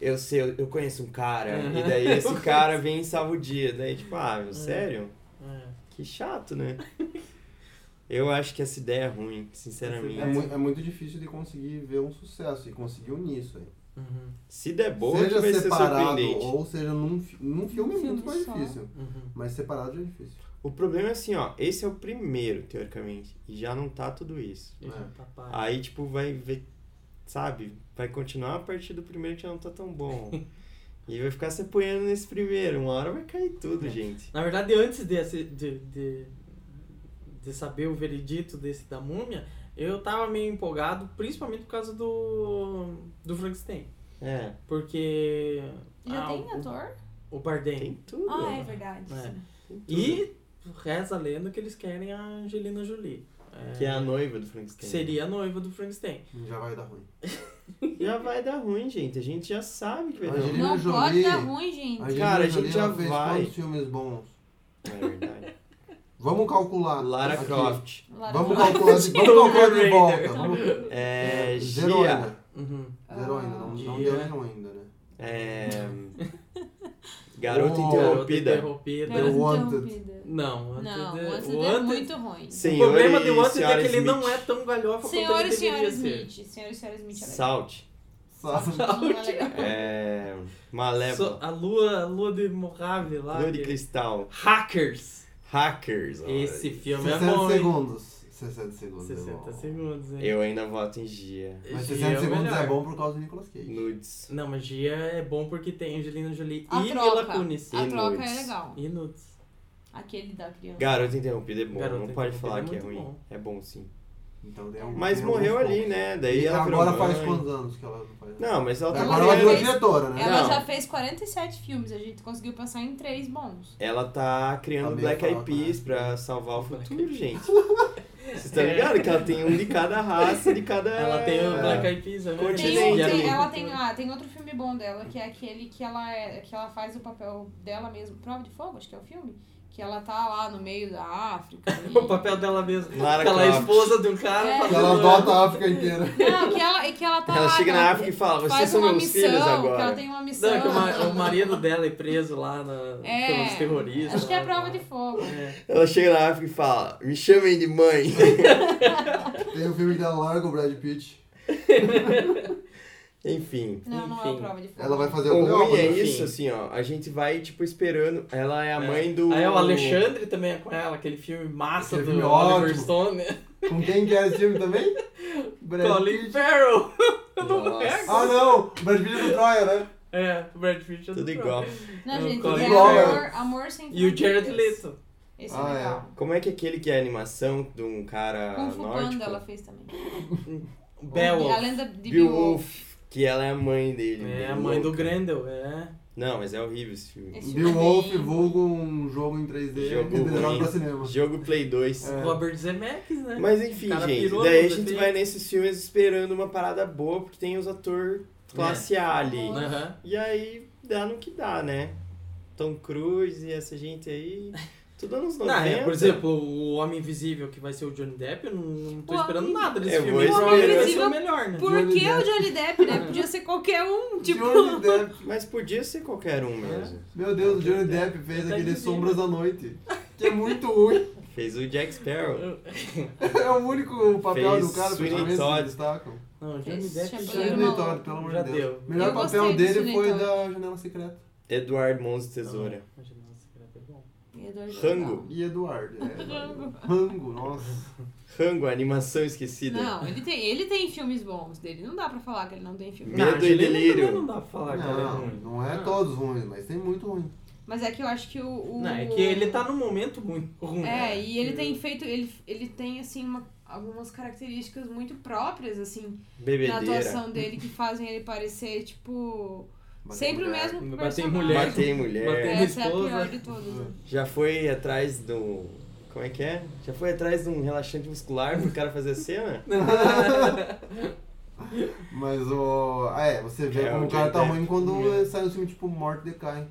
eu sei, eu, eu conheço um cara,
Uhum.
e daí esse
Eu
cara vem e salva o dia. Daí, tipo, ah, meu, sério?
É.
Que chato, né? Eu acho que essa ideia é ruim, sinceramente.
É, mui- é muito difícil de conseguir ver um sucesso e conseguiu nisso aí.
Uhum,
Se der boa, É que
seja
vai ser
separado
surpreendente.
ou seja num, fi- num filme é
Filme
muito mais
só.
difícil.
uhum.
Mas separado já é difícil.
O problema é assim, ó, esse é o primeiro, teoricamente, e já não tá tudo isso.
Ele
É.
já tá pago.
Aí, tipo, vai ver, sabe? Vai continuar a partir do primeiro que já não tá tão bom. e vai ficar se apoiando nesse primeiro. Uma hora vai cair
É.
tudo, gente.
Na verdade, antes de, assi- de, de, de saber o veredito desse da múmia, eu tava meio empolgado, principalmente por causa do, do Frankenstein.
É,
Porque.
Já
ah,
tem
o,
ator?
o Bardem.
tem tudo.
Ah, é verdade.
É.
sim.
tem tudo.
E reza a lenda que eles querem a Angelina Jolie.
Que é a noiva do Frankenstein.
Seria a noiva do Frankenstein.
Já vai dar ruim.
Já vai dar ruim, gente. A gente já sabe que vai dar
Angelina
ruim.
Não
Jolie.
pode dar ruim, gente.
Angelina
Cara, a gente
Jolie,
já
ela fez
vai.
quantos filmes bons?
É verdade.
Vamos calcular.
Lara
aqui.
Croft.
Lara
Vamos um
Croft.
calcular, de- vamos calcular de volta. Vamos-
É.
Zero
Gia.
ainda.
Uhum.
Zero ainda. Não, não
Gia.
deu nenhum ainda, né?
É. Garota
Oh.
Garota
interrompida.
interrompida.
Garota
The Wanted.
Interrompida.
Não, antes
Não,
de-
Wanted,
o
é
Wanted-
muito ruim.
O
Senhor
problema
e
de Wanted é
Senhora
que ele não é
Smith.
tão galhofa quanto
Senhor
ele
e senhora
deveria ser.
Smith. Senhor e senhora Smith. é ela-
Salt.
Sabe?
Não é legal.
É.
So-
Malévola.
a lua, a lua de Mojave lá.
Lua de
que-
Cristal.
Hackers.
Hackers. olha.
Esse filme é
60
bom. hein?
segundos. 60 segundos. é
60
bom.
segundos, hein?
Eu ainda voto em Gia.
Mas
Gia
60
o
segundos
melhor.
é bom por causa do Nicolas Cage.
Nudes.
Não, mas Gia é bom porque tem Angelina Jolie
A
e Mila
troca.
Kunis.
A troca é
Inúteis.
legal.
E Nudes.
Aquele da criança.
Garota Interrompida é bom.
Garota
não pode
Interrompida
falar
é
que é ruim.
muito bom.
É bom sim.
Então deu um-
Mas
deu
morreu
alguns
ali,
pontos.
né? Daí
E
ela virou
agora faz
mãe.
quantos anos que ela não faz?
Não, mas ela tá
Agora ela virou
fez-
criança.
diretora, né?
Ela
Não.
já fez 47 filmes, a gente conseguiu pensar em três bons.
Ela tá criando
Tá meio
Black Eyed
fraco,
Peas
né?
pra salvar o futuro,
Black É.
gente. Vocês estão ligados que ela tem um de cada raça, de cada...
Ela tem o
É.
Black Eyed Peas. né?
Tem,
Continente
um-
Ela
tem-
ali.
ela tem, ah, tem outro filme bom dela, que é aquele que ela, é, que ela faz o papel dela mesmo. Prova de Fogo, acho que é o filme. Que ela tá lá no meio da África. ali.
O papel dela mesmo.
Lara
Aquela
Croft.
esposa do cara.
É.
fazendo-
Ela adota a África inteira.
Não, que ela, e que ela tá
Ela
lá,
chega
que
na
ela
África e fala, vocês
faz
são
uma
meus
missão,
filhos
Que ela
agora.
tem uma missão.
Não, é que o, ma- o marido dela é preso lá na-
É,
pelos terroristas.
Acho que é a
lá,
prova
lá.
de fogo.
É.
Ela chega na África e fala, me chamem de mãe.
Tem o filme que ela larga o Brad Pitt.
Enfim.
Não, não é a
Enfim.
prova de fogo.
Ela vai fazer
O
o
ruim é
Cleópatra.
Enfim.
isso, assim, ó. A gente vai, tipo, esperando. Ela é a mãe do.
Aí o Alexandre também é com ela, aquele filme massa
Aquele
do
filme
Oliver
ótimo.
Stone. né?
Com quem que é esse filme também? Brad
Colin
Pitt.
Farrell.
Nossa,
Ah, não! Brad Pitt é do Troia, né?
É, o Brad Pitt é do
tudo
Trump.
igual.
Não,
Eu
gente,
coloquei.
é amor, amor sem
E o Jared
fronteiras.
Leto.
Esse
Ah,
é
é. Ah,
legal.
Como é que é aquele que é a animação de um cara
Kung Fu Panda ela
nórdico?
fez também.
Beowulf.
A lenda de Beowulf.
Beowulf, que ela é a mãe dele.
É, a
bem
mãe do
louca.
Grendel, é.
Não, mas é horrível esse filme.
Esse filme é
Beowulf,
bem-
vulgo um jogo em 3D
Jogo
liberado
ruim.
pra cinema.
Jogo Play 2.
É.
Robert Zemeckis, né?
Mas enfim,
O cara
gente,
pirou
daí a
no
gente
desenho.
vai nesses filmes esperando uma parada boa, porque tem os atores classe
É.
A ali.
Aham.
E aí dá no que dá, né? Tom Cruise e essa gente aí, tudo anos 90.
Não, é, por exemplo, o Homem Invisível, que vai ser o Johnny Depp, eu não, não tô
O
esperando
Homem-
nada desse
Eu vou
filme. Ele
esperar.
provavelmente vai ser
Invisível
o melhor, né?
Por
Johnny
que o Johnny Depp, né? Podia ser qualquer um, tipo...
Johnny Depp.
Mas podia ser qualquer um mesmo.
Meu Deus, o Johnny Depp fez
Tá
aquele
invisível.
Sombras da Noite, que é muito ruim.
Fez o Jack Sparrow.
É o único papel
Fez
do cara,
Sweeney
praticamente, que
Todd.
eles destacam.
Não, o Johnny
Esse
Depp...
chapéu
já-
é
Sweeney Todd, pelo amor
Já
de Deus.
deu.
O melhor
Eu gostei
papel
do
dele
Sweeney
foi
Todd.
da Janela Secreta.
Eduardo Mons e Tesoura.
Ah, nossa, cara, tá bom.
Rango.
E Eduardo. É,
Rango.
Rango, nossa.
Rango, animação esquecida.
Não, ele tem, ele tem filmes bons dele. Não dá pra falar que ele não tem filme.
Medo
Não,
e
Angelina
Delírio.
também Não dá pra falar, cara, é
Não,
ruim.
não é
Ah.
todos ruins, mas tem muito ruim.
Mas é que eu acho que o. o-
Não, é que ele tá num momento muito ruim.
É,
né?
e ele
Que-
tem feito. Ele, ele tem, assim, uma- algumas características muito próprias, assim, na
Bebedeira.
atuação dele que fazem ele parecer, tipo.
Mas
sempre
é
o
mulher.
mesmo.
Bater em
personagem.
mulher.
Batei em mulher.
Batei em
Essa é a
esposa.
pior de todas. né?
Já foi atrás do. Como é que é? Já foi atrás de um relaxante muscular pro cara fazer a cena?
Mas o. Ah, é, você vê
É,
como
o
o cara tá
Johnny
ruim quando
É.
sai um filme tipo Morte Decai.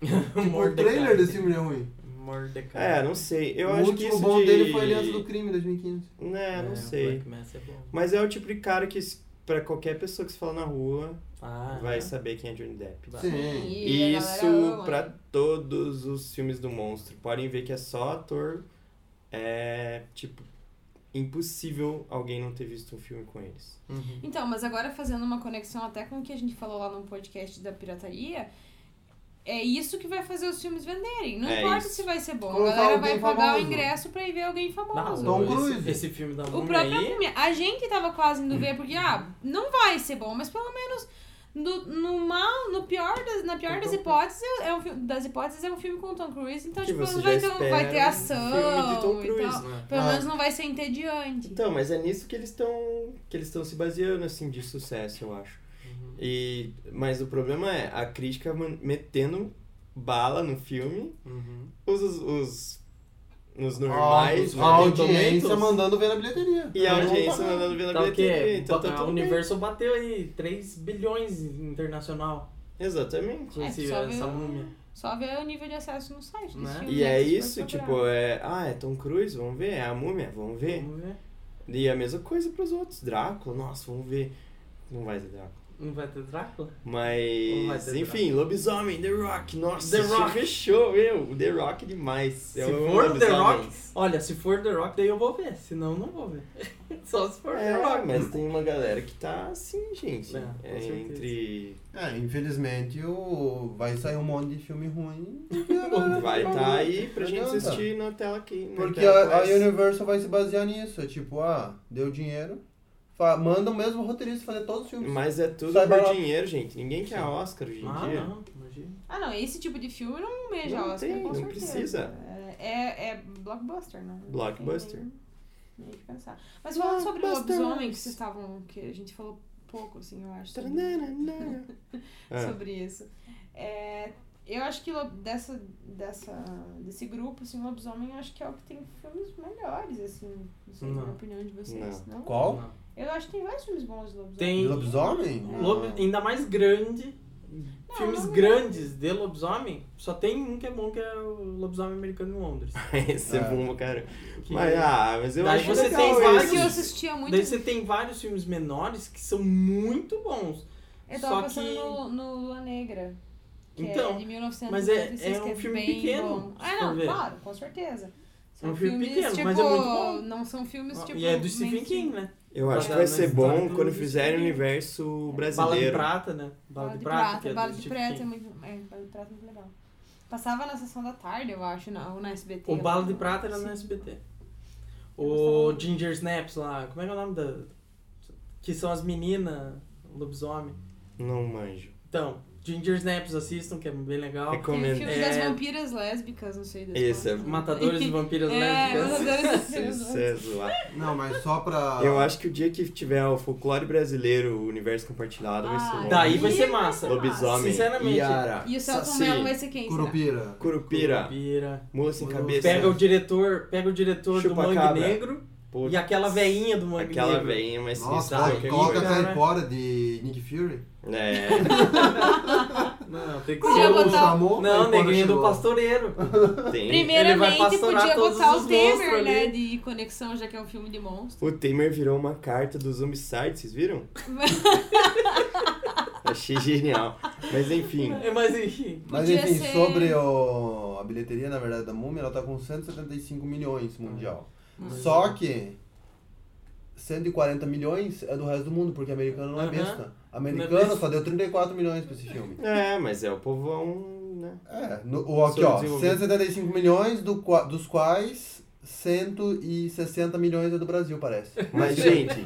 Tipo, o
Mordecai.
trailer desse filme é ruim.
Mordecai.
É, não sei. Eu
o
acho que
último
isso
bom
de...
dele foi Aliança do Crime, 2015.
Né, não
o
sei.
Black Mass é bom.
Mas é o tipo de cara que, se- pra qualquer pessoa que se fala na rua,
Ah,
vai
é.
saber quem é Johnny Depp.
Vai.
Sim.
E
E
a galera
isso
ama,
pra
né?
todos os filmes do monstro. Podem ver que é só ator. É, tipo, impossível alguém não ter visto um filme com eles.
Uhum.
Então, mas agora fazendo uma conexão até com o que a gente falou lá no podcast da pirataria, é isso que vai fazer os filmes venderem. Não
É
importa
isso.
se vai ser bom.
Colocar
a galera vai
alguém
pagar
famoso.
o ingresso pra ir ver alguém famoso.
Tom
Não, esse,
Cruise.
esse filme da
O
múmia
próprio
aí...
Múmia. A gente tava quase indo ver, porque, ah, não vai ser bom, mas pelo menos no, no mal, no pior das, na pior
Com
das
Tom
hipóteses, é um, fi- das hipóteses é um filme com o Tom Cruise, então,
Que
tipo,
você
não
já
vai ter, um- vai ter
espera um
ação.
filme de Tom
e tal.
Cruise,
né?
Pelo
Ah.
menos não vai ser entediante.
Então, mas é nisso que eles estão que eles estão se baseando assim de sucesso, eu acho. E mas o problema é a crítica man- metendo bala no filme,
Uhum.
os os, os, os normais,
Normais,
né?
a audiência
Tomatoes.
mandando ver na bilheteria.
e a
Então,
audiência
tá.
mandando ver na
Tá o
bilheteria,
quê?
então tá
o
tudo bem.
universo bateu aí 3 bilhões internacional
Exatamente.
com
É,
esse-
só ver
essa
o-
múmia.
Só ver o nível de acesso no site desse
Né?
filme.
E é
né, que você
isso,
vai
tipo,
procurar.
é, ah, é Tom Cruise, vamos ver, é a múmia, vamos ver.
Vamos ver.
E a mesma coisa pros outros, Drácula, nossa, vamos ver. Não vai ser Drácula.
Não vai ter Drácula? Não vai
Mas,
ter
enfim, Lobisomem, The Rock, nossa,
The
esse
Rock.
fechou, meu, o The Rock é demais.
Se
Eu amo
for The
lobisomens.
Rock, olha, se for The Rock, daí eu vou ver. Senão, eu não vou ver. Só se for The
É,
Rock.
mas tem uma galera que tá assim, gente.
É, com
É,
certeza.
entre.
É, infelizmente o... vai sair um monte de filme ruim.
Vai tá aí pra
né? Não
gente
adianta.
assistir na tela aqui. na
Porque
tela
a, a
quase.
Universal vai se basear nisso. É tipo, ah, deu dinheiro. fa- Manda o mesmo roteirista fazer todos os filmes.
Mas é tudo
Sai
por
barato.
dinheiro, gente. Ninguém quer Oscar hoje em
Ah,
dia.
não. Imagina.
Ah, não, esse tipo de filme não almeja
Não
Oscar,
tem,
com
não
certeza.
precisa.
É, é blockbuster, né?
Blockbuster.
Não tem Nem, nem o que pensar. Mas falando sobre o
Blockbuster.
lobisomem que vocês estavam. que a gente falou pouco, assim, eu acho. sobre-
né, Taranana. Ah,
sobre isso. É, eu acho que lo- dessa, dessa, desse grupo, assim, Lobisomem, eu acho que é o que tem filmes melhores, assim. Não sei
Não.
na opinião de vocês. Não.
Qual?
Não.
Eu acho que tem vários filmes bons de Lobisomem.
Tem
Lobisomem?
Ah.
lobi- ainda mais grande. Filmes
não, não.
grandes de lobisomem, só tem um que é bom, que é o Lobisomem Americano em Londres.
Esse é
Ah.
bom, cara.
Que-
Mas, ah, mas eu
Daí
acho
você
legal
tem
esse.
vários-
que eu assistia muito.
Daí você tem vários filmes menores que são muito bons.
Eu tava
só
pensando
que-
no, no Lua Negra. Que
Então,
é de 1996,
mas é- é um
que é
filme
bem
pequeno,
bom.
se
Ah,
for
não,
ver.
claro, com certeza. São
É um filme
filmes,
pequeno,
tipo,
mas é muito bom.
Não são filmes, tipo...
e é do Stephen
mainstream.
King, né?
Eu acho que
Baseado
vai
na
ser
história
bom
do
quando
Stephen
fizerem o
King.
universo
Bala de
brasileiro.
prata, né? Bala, de, prata, que é do
Bala de
Stephen
Prata é
King.
muito, é, Bala de Prata é muito legal. Passava na sessão da tarde, eu acho, na, ou na SBT.
O
eu
Bala
acho.
de Prata era no
Sim.
SBT.
gostava
O
muito.
Ginger Snaps lá, como é que é o nome da. Que são as meninas lobisomem.
Não manjo.
Então, Ginger Snaps assistam, que é bem legal.
Tem o
Recomendo.
filme
É.
das vampiras lésbicas, não sei. das
Esse é-
quantas.
Matadores de vampiras
É,
lésbicas.
Matadores de Vampiras
Isso
Lésbicas.
é zoado.
Não, mas só pra.
Eu acho que o dia que tiver o folclore brasileiro, o universo compartilhado, vai ser
Ah,
bom.
Daí
Aí
vai ser massa.
Lobisomem,
Sinceramente.
Iara,
E o Celton
Saci,
Mello vai ser quem? será?
Curupira.
Curupira,
Vampira.
Mula Sem
Mula-
Cabeça,
Pega o diretor, pega o diretor do Mangue
é. Chupacabra.
Negro
Pô,
e aquela veinha do Mangue
aquela
Negro.
veinha mais
Nossa,
sinistra
coloca-
que é
coloca
a
Cara.
Harry Potter de Nick Fury.
gente- É,
Não, tem que
Podia
ser o-
botar-
chamou,
Não,
Harry Potter
negrinho do
chegou.
pastoreiro.
É, tem.
Ele vai
Primeiramente,
pastorar
podia
todos
botar
os
o Temer,
monstros
né?
ali.
De conexão, já que é um filme de monstro.
O Temer virou uma carta do Zombicide, vocês viram? Achei genial. Mas enfim,
É, mas enfim.
Mas
Podia
enfim,
ser-
sobre o- a bilheteria, na verdade, da Múmia, ela tá com 175 milhões mundial.
Ah,
Só que 140 milhões é do resto do mundo, porque americano não é
Aham.
besta.
Não é
Americano
besta.
só deu 34 milhões pra esse filme.
é, mas é o povão, né?
É, no, o, aqui ó,
Subdesenvolvido.
175 milhões, do qua- dos quais 160 milhões é do Brasil, parece.
Mas, gente,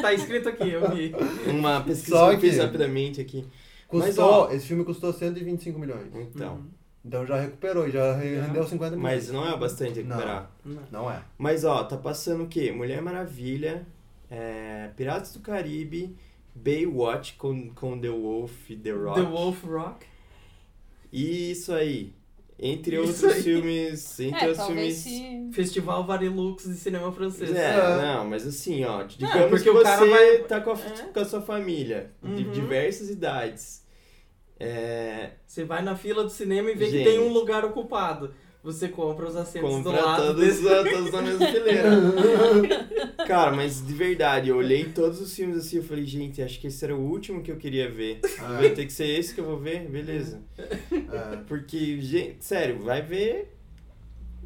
Tá escrito aqui, eu vi.
uma pesquisa
Só
que eu fiz
que-
rapidamente aqui. Mas,
Custou,
ó-
esse filme custou 125 milhões.
Então,
Então já recuperou, já re-
Aham.
rendeu 50 milhões.
mas não é o bastante recuperar.
Não.
Não é.
Mas ó, tá passando o quê? Mulher Maravilha, é, Piratas do Caribe, Baywatch com, com The Wolf, The Rock.
The Wolf Rock.
E isso aí. Entre
Isso
outros
aí.
filmes. Entre
é,
outros
talvez
filmes.
se...
Festival Varilux de cinema francês.
É,
É.
não, mas assim, ó, digamos
porque
que
o cara
você
vai-
tá com a,
É.
com a sua família, de
Uhum.
diversas idades. É,
Você vai na fila do cinema e vê
Gente.
que tem um lugar ocupado. Você compra os assentos do
compra
lado
todos,
desse.
todos na mesma fileira. Cara, mas de verdade, eu olhei todos os filmes assim, eu falei, gente, acho que esse era o último que eu queria ver. Vai
É,
ter que ser esse que eu vou ver? Beleza.
é.
Porque, gente, sério, vai ver,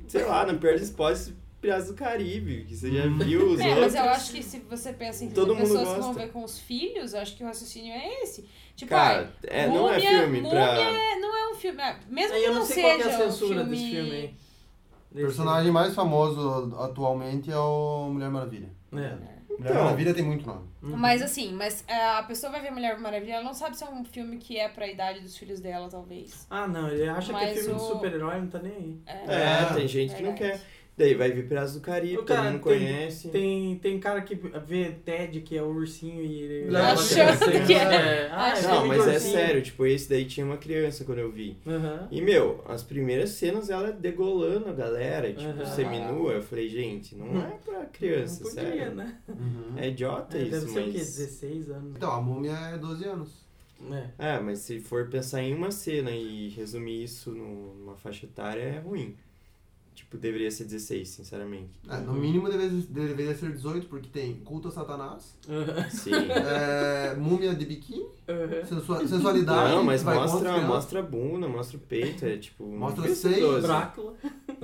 sei lá, na pior das hipóteses, Piratas do Caribe, que você
Uhum.
já viu os
É, mas
outros.
eu acho que se você pensa em
Todo mundo
pessoas que
gosta.
vão ver com os filhos, eu acho que o raciocínio é esse. Tipo,
Cara,
ai,
é, não é
Múmia-
filme
Múmia
pra...
é- não é um filme. é, mesmo
Aí
que
eu não
não
sei qual que
seja
é a censura
um filme...
desse filme aí.
O personagem mais famoso atualmente é o Mulher Maravilha.
É.
Mulher
Então.
Maravilha tem muito nome.
Uhum.
Mas assim, mas é, a pessoa vai ver Mulher Maravilha, ela não sabe se é um filme que é pra idade dos filhos dela, talvez.
Ah, não, ele acha que é
Mas
filme de
o-
super-herói, não tá nem aí.
É, tem gente que não quer.
Verdade.
Daí vai vir Piratas do Caribe,
O
todo
cara
mundo
tem-
conhece.
Tem, tem cara que vê Ted, que é o ursinho, e ele.
Leva
Achando
que é.
é. Ah, é
Não,
filme
mas
de
é
ursinho.
sério, tipo, esse daí tinha uma criança quando eu vi.
Aham.
E, meu, as primeiras cenas ela degolando a galera, tipo,
Aham. Hum.
seminua. Eu falei, gente, não é pra criança,
Não podia,
sério.
né?
É idiota
É,
isso,
deve ser o quê?
mas.
16 anos.
Então, a múmia é 12 anos.
É.
É, mas se for pensar em uma cena e resumir isso num- numa faixa etária, é ruim. Tipo, deveria ser 16, sinceramente.
É, no mínimo deveria, deveria ser 18, porque tem culto a Satanás,
Aham.
Sim.
é, múmia de biquíni,
Aham.
sensua- sensualidade.
Não, mas
vai contra
mostra,
criança,
mostra a bunda, mostra o peito, é tipo. não
Mostra
devia ser
seis,
12.
Drácula.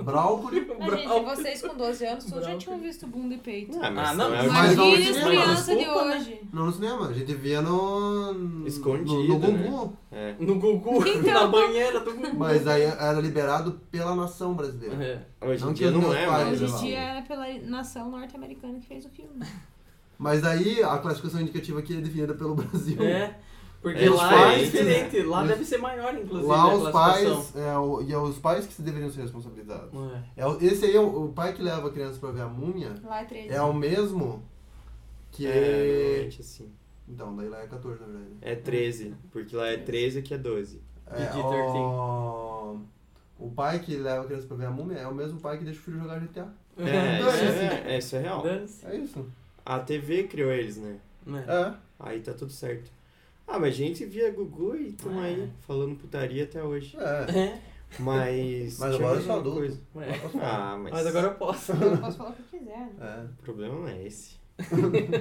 Brócolis.
Ah, gente, vocês com 12 anos todos já
Brau.
tinham visto bunda e peito.
Ah, mas
Ah,
não,
não,
é o
mas não-
Imagina
mas
as
não-
crianças de
desculpa, né?
hoje.
Não no cinema, a gente via no.
Escondido,
No, no Gugu.
É.
No Gugu,
Então,
na banheira do Gugu.
Mas aí era liberado pela nação brasileira.
É.
Hoje em
Não que
dia
os
não
meus
é
pais-
mais
Hoje em
legal.
assim.
dia é pela nação norte-americana que fez o filme.
Mas aí a classificação indicativa aqui é definida pelo Brasil.
É. Porque
É
lá é
diferente, né?
diferente. Lá
Os-
deve ser maior, inclusive.
Lá
a
os
classificação.
pais. é, o- e é os pais que se deveriam ser responsabilizados.
É.
É, o- esse aí é o, o pai que leva a criança pra ver a múmia.
Lá é 13.
É
um
o mesmo que.
É, normalmente assim.
Então, daí lá é 14, na verdade.
É 13, porque lá é 13 aqui é 12.
É,
PG-13.
o... o pai que leva a criança pra ver a múmia é o mesmo pai que deixa o filho jogar GTA.
É, isso é, é, isso é real.
Dane-se.
É isso.
A TV criou eles, né?
É.
É.
Aí tá tudo certo. Ah, mas a gente via Gugu e tamo
É.
aí, falando putaria até hoje.
É.
É.
Mas
Mas. deixa
agora
ver
eu sou
uma
adulto.
coisa.
É.
Ah, mas.
Mas agora eu posso.
Eu posso falar o que eu quiser. né?
É.
O problema não é esse.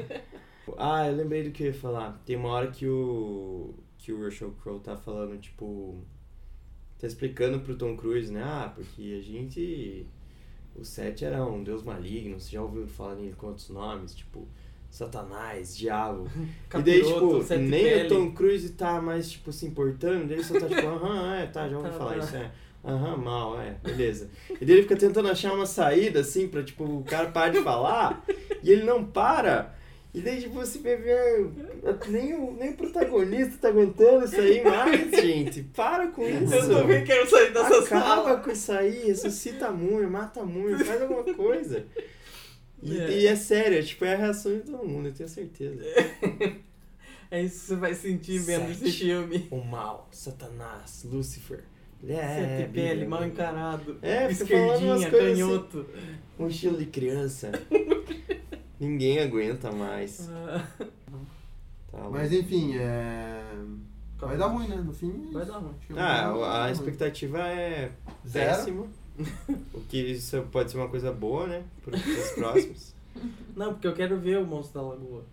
ah, eu lembrei do que eu ia falar. Tem uma hora que o. que o Russell Crowe tá falando, tipo. Tá explicando pro Tom Cruise, né? Ah, porque a gente. O Sete era um deus maligno, você já ouviu falar nele com outros nomes, tipo. Satanás, diabo. e daí,
Capiroto,
tipo,
sete
nem
pele.
o Tom Cruise tá mais, tipo, se importando, daí ele só tá tipo, aham, é, tá, já ouvi
Tá, tá.
falar isso, é. Aham, mal, é, beleza. E daí ele fica tentando achar uma saída, assim, pra, tipo, o cara parar de falar, e ele não para. E daí, tipo, você vê, meu, nem o, nem o protagonista tá aguentando isso aí mais, gente. Para com isso.
Eu também quero sair dessa
Acaba
sala.
com isso aí, ressuscita Moon, mata Moon, faz alguma coisa. E
É.
é. e é sério, tipo, é a reação de todo mundo, eu tenho certeza.
É isso que você vai sentir vendo
Sete.
esse filme.
O mal, Satanás, Lúcifer. Ele é.
Sete pele,
Bíblia,
mal
Bíblia.
encarado.
É, fica falando umas
esquerdinha,
coisas assim.
canhoto.
Um estilo de criança. Ninguém aguenta mais.
Ah,
Tá louco.
Mas enfim, é. Vai dar ruim, né? No fim.
Vai dar ruim.
é
Ah, a expectativa é
Zero.
péssima. O que isso pode ser uma coisa boa, né? Para os próximos.
Não, porque eu quero ver o Monstro da Lagoa.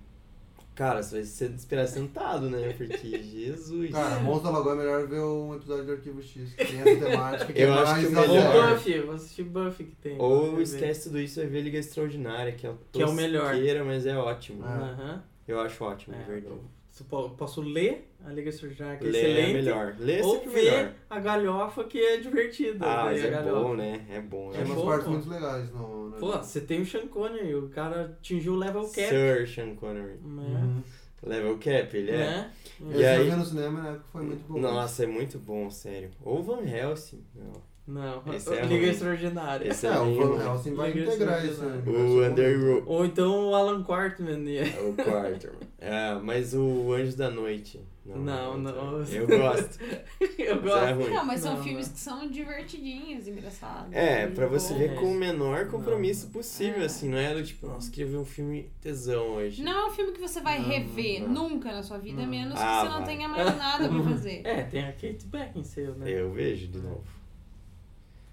Cara, você vai ser esperar sentado, né? Porque, Jesus.
Cara, Monstro da Lagoa é melhor ver um episódio do Arquivo X, que tem essa temática que é
Eu acho
mais
que
Ou
melhor.
legal.
Buffy, vou assistir Buffy que tem. Quero
Ou
ver.
esquece tudo isso e vai ver Liga Extraordinária, que é o
Que é o melhor.
tosqueira, mas é ótimo.
Ah.
Aham.
Eu acho ótimo,
É.
de verdade.
Você po- Posso ler a Liga Extraordinária, que é
Lê
excelente.
é melhor. Lê é
Ou
sempre
ver
melhor.
a galhofa que é divertida.
Ah,
Daí
mas
a
é
galhofa.
bom, né? É bom.
Tem
né?
É
umas
bom,
partes
pô.
muito legais no. no-
Pô, você tem o Sean Connery, o cara atingiu o level cap.
Sir Sean Connery.
Né?
Uhum.
Level cap, ele é.
Né?
Eu
E
já
aí-
vi no cinema na época foi muito bom.
Nossa, é muito bom, sério. Ou Van Helsing. Não.
Não,
Esse é
Liga
ruim.
Extraordinária.
Esse é,
É, o
lindo.
Van Helsing vai
Liga
integrar isso. né?
Extraordinária.
O Underworld.
Ou então o Alan Quartman. né?
é O quarto. É, mas o Anjo da Noite.
Não, não.
Eu gosto.
Eu
Mas é
gosto.
ruim.
Não, mas são
Não,
filmes
né?
que são divertidinhos, engraçados. né? Então,
É,
e
pra você ver
bom.
com o menor compromisso
Não.
possível,
É.
assim, não era do tipo, nossa, queria ver um filme tesão hoje.
Não é um filme que você vai
Não,
rever
não.
nunca na sua vida, a
Não.
menos
Ah,
que você não
vai.
tenha mais nada pra fazer.
É, tem a Kate Beckinsale, né?
Eu vejo de novo.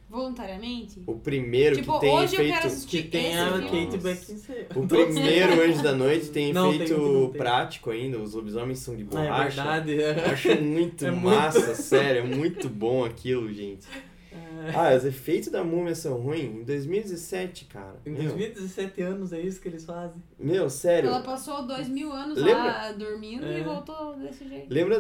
Voluntariamente.
O primeiro
Tipo,
que tem
hoje eu
efeito.
quero assistir
Que tem
esse
a
filme.
Kate
Nossa.
Beckinsale.
O primeiro Anjo da Noite tem
Não, tem
efeito
um que não tem.
prático ainda, os lobisomens são de
Ah, É
borracha.
verdade.
Eu acho muito
É muito-
massa, sério, é muito bom aquilo, gente.
É.
Ah, os efeitos da múmia são ruins? Em 2017, cara.
Em
meu,
2017 anos é isso que eles fazem.
meu, sério.
Ela passou dois mil anos lá dormindo
É.
e voltou desse jeito.
Lembra